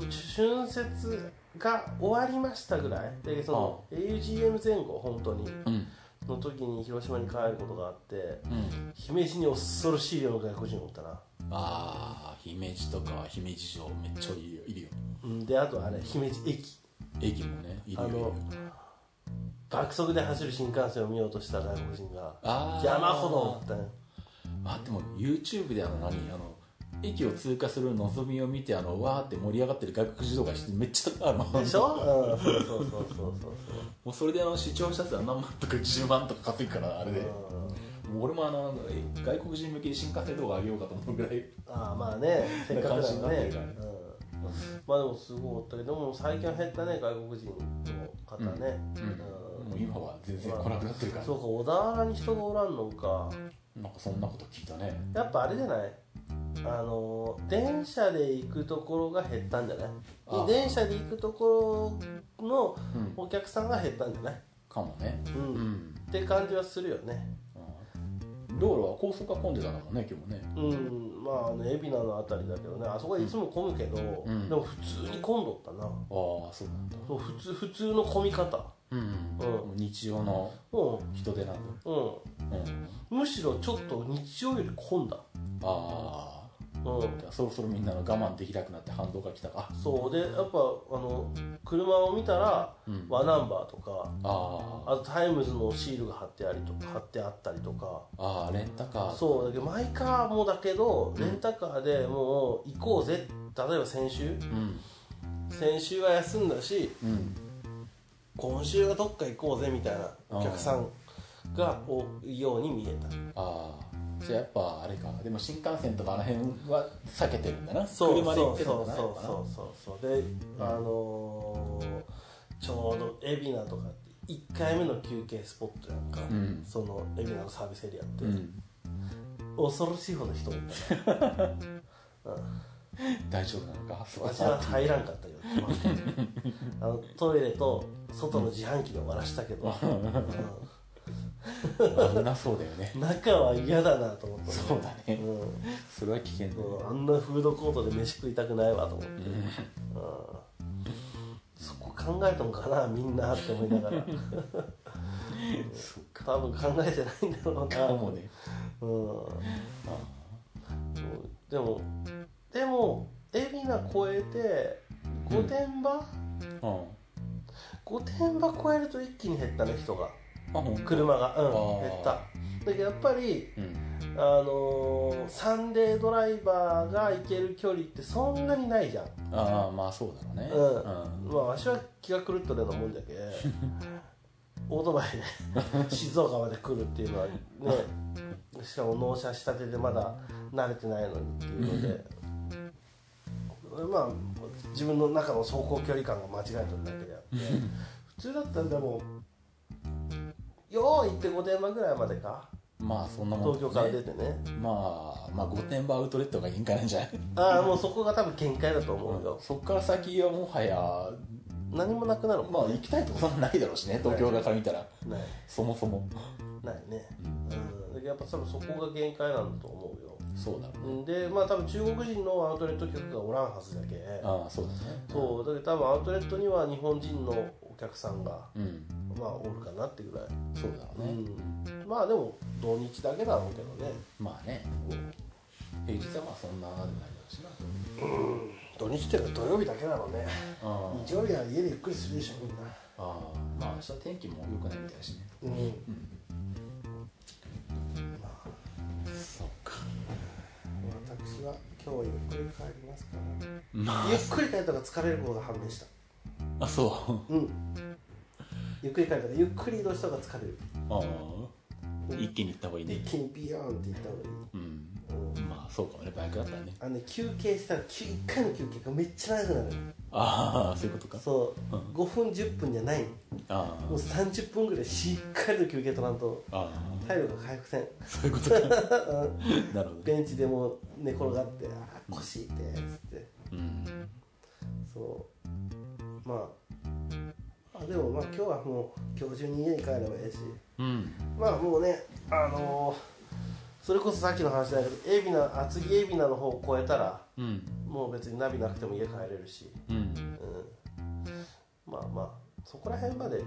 [SPEAKER 1] 春節が終わりましたぐらいでその AUGM 前後本当に
[SPEAKER 2] うん
[SPEAKER 1] の時に広島に帰ることがあって
[SPEAKER 2] うん
[SPEAKER 1] 姫路に恐ろしい量の外国人おったな、
[SPEAKER 2] ああ姫路とか姫路城めっちゃいるよいるよ
[SPEAKER 1] うん、であとあれ姫路駅
[SPEAKER 2] 駅もねいるよ
[SPEAKER 1] あ
[SPEAKER 2] いるよ
[SPEAKER 1] の爆速で走る新幹線を見ようとした外国人が
[SPEAKER 2] あー
[SPEAKER 1] 山ほどおったね
[SPEAKER 2] あでも YouTube であの何あの駅を通過するのぞみを見てあのわーって盛り上がってる外国人とかしてめっちゃあの
[SPEAKER 1] でしょ、うん、そうそうそうそうそう
[SPEAKER 2] もうそれであの視聴者数は何万とか10万とか稼ぐからあれで、
[SPEAKER 1] そう、うん
[SPEAKER 2] もう俺もあのえ外国人向けに新幹線動画あげようかと思うぐらい
[SPEAKER 1] ああまあねせっかくだ
[SPEAKER 2] な感じにな
[SPEAKER 1] から
[SPEAKER 2] って
[SPEAKER 1] ね
[SPEAKER 2] るからね
[SPEAKER 1] うまあでもすごいおったけどもう最近は減ったね外国人の方ね、
[SPEAKER 2] うんもう今は全然来なくなってるから
[SPEAKER 1] そうか小田原に人がおらんのか
[SPEAKER 2] なんかそんなこと聞いたね
[SPEAKER 1] やっぱあれじゃないあの電車で行くところが減ったんじゃない
[SPEAKER 2] あ
[SPEAKER 1] 電車で行くところの
[SPEAKER 2] うん
[SPEAKER 1] お客さんが減ったんじゃない、
[SPEAKER 2] かもね
[SPEAKER 1] うん
[SPEAKER 2] うん、
[SPEAKER 1] って感じはするよね
[SPEAKER 2] うん道路は高速が混んでたんだもんね今日もね
[SPEAKER 1] うんまああの海老名のあたりだけどねあそこはいつも混むけど、
[SPEAKER 2] うん
[SPEAKER 1] でも普通に混んどったな
[SPEAKER 2] ああそうなんだ
[SPEAKER 1] そう普通普通の混み方
[SPEAKER 2] うん、もう日常の
[SPEAKER 1] う
[SPEAKER 2] 人手なんだ
[SPEAKER 1] んうん
[SPEAKER 2] うん
[SPEAKER 1] むしろちょっと日曜より混んだ
[SPEAKER 2] あ
[SPEAKER 1] うん
[SPEAKER 2] あそろそろみんなの我慢できなくなって反動が来たか
[SPEAKER 1] そうでやっぱあの車を見たら、
[SPEAKER 2] うん
[SPEAKER 1] 和ナンバーとか
[SPEAKER 2] ああ
[SPEAKER 1] あとタイムズのシールが貼ってありと貼ってあったりとか
[SPEAKER 2] ああレンタカー
[SPEAKER 1] そうだけどマイカーもだけどレンタカーでもう行こうぜ例えば先週
[SPEAKER 2] うん
[SPEAKER 1] 先週は休んだし
[SPEAKER 2] うん
[SPEAKER 1] 今週はどっか行こうぜみたいなお客さんが多いように見えた
[SPEAKER 2] ああじゃあやっぱあれかでも新幹線とかあの辺は避けてるんだな
[SPEAKER 1] そう
[SPEAKER 2] 車で行ってる
[SPEAKER 1] そ
[SPEAKER 2] ん
[SPEAKER 1] う
[SPEAKER 2] だな
[SPEAKER 1] そう
[SPEAKER 2] う
[SPEAKER 1] そうそうそうで、あのーちょうど海老名とかって1回目の休憩スポットやんか、
[SPEAKER 2] ん
[SPEAKER 1] その海老名のサービスエリアって、
[SPEAKER 2] うん
[SPEAKER 1] 恐ろしいほど人多いか
[SPEAKER 2] 大丈夫なのかそう
[SPEAKER 1] 私は入らんかった けど困ったけどあのトイレと外の自販機で終わらしたけど、
[SPEAKER 2] 危なそうだよ ね
[SPEAKER 1] うん中は嫌だなと思った
[SPEAKER 2] そうだね
[SPEAKER 1] うん
[SPEAKER 2] それは危険だ
[SPEAKER 1] うんあんなフードコートで飯食いたくないわと思って、うんそこ考えたのかなみんなって思いながら
[SPEAKER 2] そうか
[SPEAKER 1] 多分考えてないんだろうな
[SPEAKER 2] かもね
[SPEAKER 1] うんでもでも海老名越えて御殿場、
[SPEAKER 2] うん
[SPEAKER 1] 御殿場越えると一気に減ったね人が
[SPEAKER 2] あほん
[SPEAKER 1] 車が
[SPEAKER 2] あ
[SPEAKER 1] うん減
[SPEAKER 2] ー
[SPEAKER 1] っただけどやっぱり
[SPEAKER 2] うん
[SPEAKER 1] あのーサンデードライバーが行ける距離ってそんなにないじゃん
[SPEAKER 2] ああまあそうだろうね
[SPEAKER 1] うん、まあわしは気が狂ったようなもんだけオートバイで静岡まで来るっていうのはねしかも納車したてでまだ慣れてないのにっていうのでまあ自分の中の走行距離感が間違えただけであって普通だったらでもよう行って御殿場ぐらいまでか
[SPEAKER 2] まあそんなもん
[SPEAKER 1] 東
[SPEAKER 2] だ
[SPEAKER 1] 京
[SPEAKER 2] よ
[SPEAKER 1] か
[SPEAKER 2] ね
[SPEAKER 1] ら出てね
[SPEAKER 2] まあまあ御殿場アウトレットが限界なんじゃない
[SPEAKER 1] ああもうそこが多分限界だと思うよ
[SPEAKER 2] そっから先はもはや
[SPEAKER 1] 何もなくなる
[SPEAKER 2] ま
[SPEAKER 1] も
[SPEAKER 2] あ
[SPEAKER 1] ん
[SPEAKER 2] 行きたいところないだろうしね東京側から見たら
[SPEAKER 1] ない
[SPEAKER 2] そもそも
[SPEAKER 1] ないね、うん、だけどやっぱ多分そこが限界なんだと思うよ
[SPEAKER 2] そうだろう
[SPEAKER 1] う
[SPEAKER 2] ね
[SPEAKER 1] んでまあ多分中国人のアウトレット客がおらんはずだけ
[SPEAKER 2] ああそうだね
[SPEAKER 1] そうだけど多分アウトレットには日本人のお客さんが
[SPEAKER 2] うん
[SPEAKER 1] まあおるかなってぐらい、
[SPEAKER 2] そうだろう
[SPEAKER 1] う
[SPEAKER 2] ね
[SPEAKER 1] ん、まあでも土日だけだろうけどね
[SPEAKER 2] まあね平日はまあそんなでもないだろうしな
[SPEAKER 1] 土日っていうか土曜日だけだろうね
[SPEAKER 2] あ
[SPEAKER 1] 日曜日は家でゆっくりするでしょみんな
[SPEAKER 2] あああまあ明日天気も良くないみたいだしね
[SPEAKER 1] うん、
[SPEAKER 2] そうか
[SPEAKER 1] 私は今日はゆっくり帰りますからゆっくり帰ったら疲れることが判明した
[SPEAKER 2] あそ
[SPEAKER 1] うんゆっくり帰ったらゆっくり移動した方が疲れる
[SPEAKER 2] うああ一気に行った方がいい
[SPEAKER 1] で一
[SPEAKER 2] ね
[SPEAKER 1] 気にビヨーンっていった方がいい
[SPEAKER 2] うん
[SPEAKER 1] うん
[SPEAKER 2] まあそうかもねバイクだったらね
[SPEAKER 1] あのね休憩したらきゅ一回の休憩がめっちゃ長くなる
[SPEAKER 2] ああそういうことか
[SPEAKER 1] そう、
[SPEAKER 2] うん
[SPEAKER 1] 5分10分じゃない
[SPEAKER 2] あ
[SPEAKER 1] もう30分ぐらいしっかりと休憩取らんと
[SPEAKER 2] ああ
[SPEAKER 1] 体力が回復せん
[SPEAKER 2] あそういう ことかなるほどね
[SPEAKER 1] ベンチでもう寝転がってあー腰痛いっつって
[SPEAKER 2] うん
[SPEAKER 1] そうまああでもまあ今日はもう今日中に家に帰ればいいし
[SPEAKER 2] うん
[SPEAKER 1] まあもうねあのーそれこそさっきの話だけど海老名厚木海老名の方を越えたら
[SPEAKER 2] うん
[SPEAKER 1] もう別にナビなくても家帰れるし
[SPEAKER 2] うん
[SPEAKER 1] うんまあまあそこら辺まで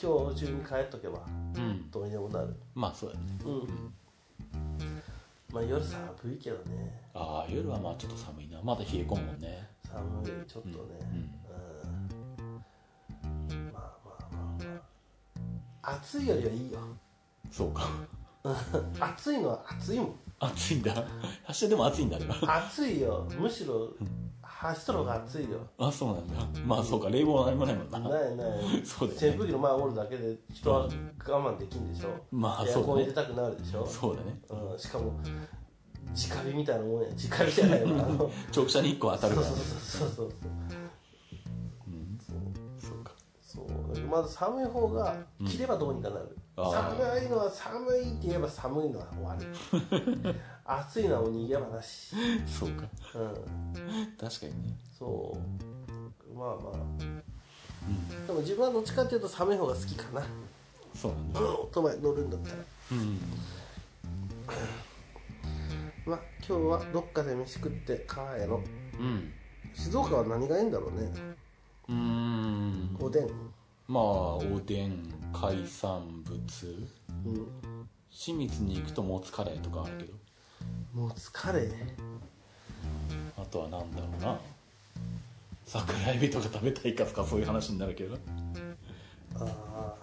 [SPEAKER 1] 今日中に帰っとけば
[SPEAKER 2] うん
[SPEAKER 1] どうにでもなる
[SPEAKER 2] まあそうだね
[SPEAKER 1] うんまあ夜寒いけどね
[SPEAKER 2] ああ夜はまあちょっと寒いなまだ冷え込むもんね
[SPEAKER 1] 寒いちょっとねうん、まあまあまあまあ暑いよりはいいよ
[SPEAKER 2] そうか
[SPEAKER 1] 暑いのは暑いもん
[SPEAKER 2] 暑いんだ発車でも暑いんだあれは
[SPEAKER 1] 暑いよむしろ走っとる方が暑いよ
[SPEAKER 2] あそうなんだまあそうか冷房は何もないもんな
[SPEAKER 1] ないない
[SPEAKER 2] そうだよね
[SPEAKER 1] 扇風機の前おるだけで人は我慢できんでしょ
[SPEAKER 2] まあ
[SPEAKER 1] エア
[SPEAKER 2] そう
[SPEAKER 1] コン入
[SPEAKER 2] だ
[SPEAKER 1] れ
[SPEAKER 2] ね
[SPEAKER 1] たくなるでしょ
[SPEAKER 2] そうだね
[SPEAKER 1] うん、しかも直火みたいなもんや直火じゃないわあの
[SPEAKER 2] 直射日光当たる
[SPEAKER 1] そ
[SPEAKER 2] か
[SPEAKER 1] うそうそ
[SPEAKER 2] ら
[SPEAKER 1] うそうそう
[SPEAKER 2] うんそうか
[SPEAKER 1] そうまず寒い方が着ればどうにかなる、
[SPEAKER 2] あー
[SPEAKER 1] 寒いのは寒いって言えば寒いのは終わる 暑いのはもう逃げ場なし
[SPEAKER 2] そうか
[SPEAKER 1] うん
[SPEAKER 2] 確かにね
[SPEAKER 1] そうまあまあ、でも自分はどっちかっていうと寒い方が好きかな
[SPEAKER 2] そうなんだ
[SPEAKER 1] オートバイ乗るんだったら
[SPEAKER 2] うん
[SPEAKER 1] まあ今日はどっかで飯食って帰ろう
[SPEAKER 2] うん
[SPEAKER 1] 静岡は何がいいんだろうね
[SPEAKER 2] うーん
[SPEAKER 1] おでん
[SPEAKER 2] まあおでん海産物
[SPEAKER 1] うん
[SPEAKER 2] 清水に行くともつカレーとかあるけど
[SPEAKER 1] もう疲れ
[SPEAKER 2] あとはなんだろうな桜エビとか食べたいかとかそういう話になるけど
[SPEAKER 1] あ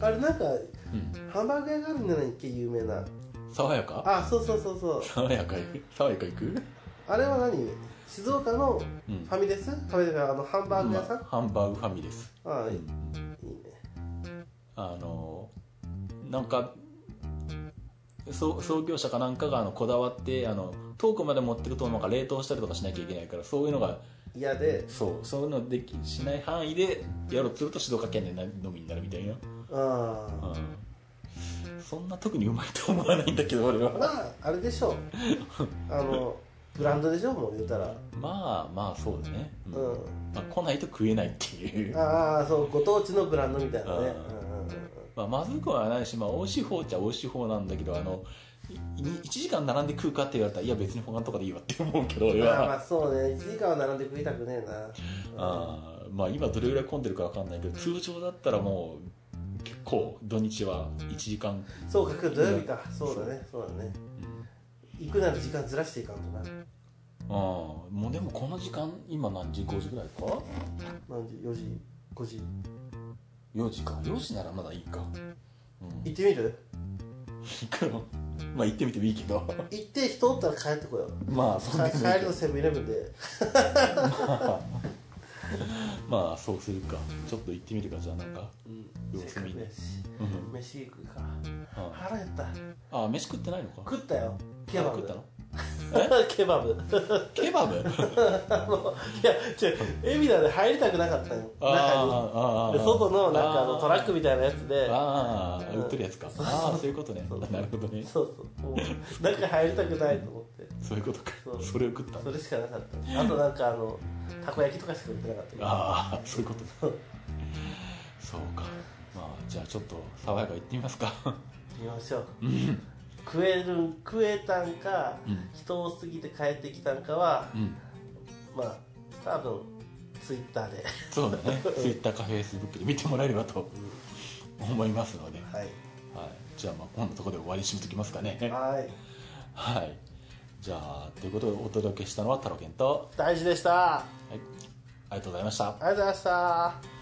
[SPEAKER 1] ああれなんか
[SPEAKER 2] うん
[SPEAKER 1] ハンバーグ屋があるんじゃないっけ有名な
[SPEAKER 2] 爽やか
[SPEAKER 1] あそうそうそうそう
[SPEAKER 2] 爽やかい爽やか行く
[SPEAKER 1] あれは何静岡の
[SPEAKER 2] う
[SPEAKER 1] フ
[SPEAKER 2] ん
[SPEAKER 1] ァミレス、ファミレスあのハンバーグ屋さん、
[SPEAKER 2] まあハンバーグファミです
[SPEAKER 1] ああいい
[SPEAKER 2] うん
[SPEAKER 1] いいね
[SPEAKER 2] あのなんかそう創業者かなんかがあのこだわってあの遠くまで持ってるとなんか冷凍したりとかしなきゃいけないからそういうのが
[SPEAKER 1] 嫌で
[SPEAKER 2] そうそういうのできしない範囲でやろうとすると静岡県でなのみになるみたいな、
[SPEAKER 1] あ
[SPEAKER 2] うん、そんな特にうまいと思わないんだけど俺
[SPEAKER 1] あ
[SPEAKER 2] は
[SPEAKER 1] まああれで しょうあのブランドでしょもう言うたら
[SPEAKER 2] まあまあそうだね、うん
[SPEAKER 1] うん
[SPEAKER 2] まあ、来ないと食えないっていう
[SPEAKER 1] ああそうご当地のブランドみたいなねう
[SPEAKER 2] あ
[SPEAKER 1] んうんうん
[SPEAKER 2] まあ、まずくはないし、まあ、美味しい方っちゃ美味しい方なんだけどあの1時間並んで食うかって言われたらいや別に他のとこでいいわって思うけど俺
[SPEAKER 1] まあま
[SPEAKER 2] は
[SPEAKER 1] あそうね1時間は並んで食いたくねえな
[SPEAKER 2] あーまあ今どれぐらい混んでるか分かんないけど通常だったらもう結構土日は1時間
[SPEAKER 1] そうか土曜日かそうだねそうだね行くなら時間ずらしていかんとな
[SPEAKER 2] あーもうでもこの時間今何時5時ぐらいか
[SPEAKER 1] 何時4時5時
[SPEAKER 2] 4時か4時ならまだいいかうん
[SPEAKER 1] 行ってみる
[SPEAKER 2] 行くの まあ行ってみてもいいけど
[SPEAKER 1] 行って人おったら帰ってこよう
[SPEAKER 2] まあそんな
[SPEAKER 1] か
[SPEAKER 2] にもい
[SPEAKER 1] 帰
[SPEAKER 2] いけ
[SPEAKER 1] り
[SPEAKER 2] ど
[SPEAKER 1] のセブンイレブンで
[SPEAKER 2] まあそうするかちょっと行ってみるかじゃあなんか
[SPEAKER 1] うんせっかくやし
[SPEAKER 2] うん
[SPEAKER 1] 飯行くか
[SPEAKER 2] うん
[SPEAKER 1] 腹減った
[SPEAKER 2] ああ飯食ってないのか
[SPEAKER 1] 食ったよケバブ
[SPEAKER 2] 食ったの
[SPEAKER 1] ケバブ
[SPEAKER 2] ケバブ
[SPEAKER 1] あのいや違う海老名で入りたくなかったよ中
[SPEAKER 2] あーあーあ
[SPEAKER 1] に
[SPEAKER 2] ー
[SPEAKER 1] で外のなんかあのトラックみたいなやつで
[SPEAKER 2] あー売ってるやつかああそういうことね
[SPEAKER 1] そう
[SPEAKER 2] なるほどね
[SPEAKER 1] そうそうもう中入りたくないと思って
[SPEAKER 2] そういうことか
[SPEAKER 1] そう
[SPEAKER 2] それを食った
[SPEAKER 1] それしかなかったあとなんかあのたこ焼きとかしか売ってなかったけど
[SPEAKER 2] ああそういうことそうかまあじゃあちょっと爽やか行ってみますか
[SPEAKER 1] 見ましょう食えるん食えたんか、
[SPEAKER 2] うん
[SPEAKER 1] 人を過ぎて帰ってきたんかは
[SPEAKER 2] うん
[SPEAKER 1] まあ多分ツイッターで
[SPEAKER 2] そうだね Twitter か Facebook で見てもらえればと思いますので、は
[SPEAKER 1] は
[SPEAKER 2] い、
[SPEAKER 1] い
[SPEAKER 2] じゃあまあこんなところで終わりにしめときますかね
[SPEAKER 1] はい
[SPEAKER 2] はいじゃあということでお届けしたのは太郎健と、
[SPEAKER 1] 大事でしたあ
[SPEAKER 2] はい、ありがとうございました
[SPEAKER 1] りがとうございました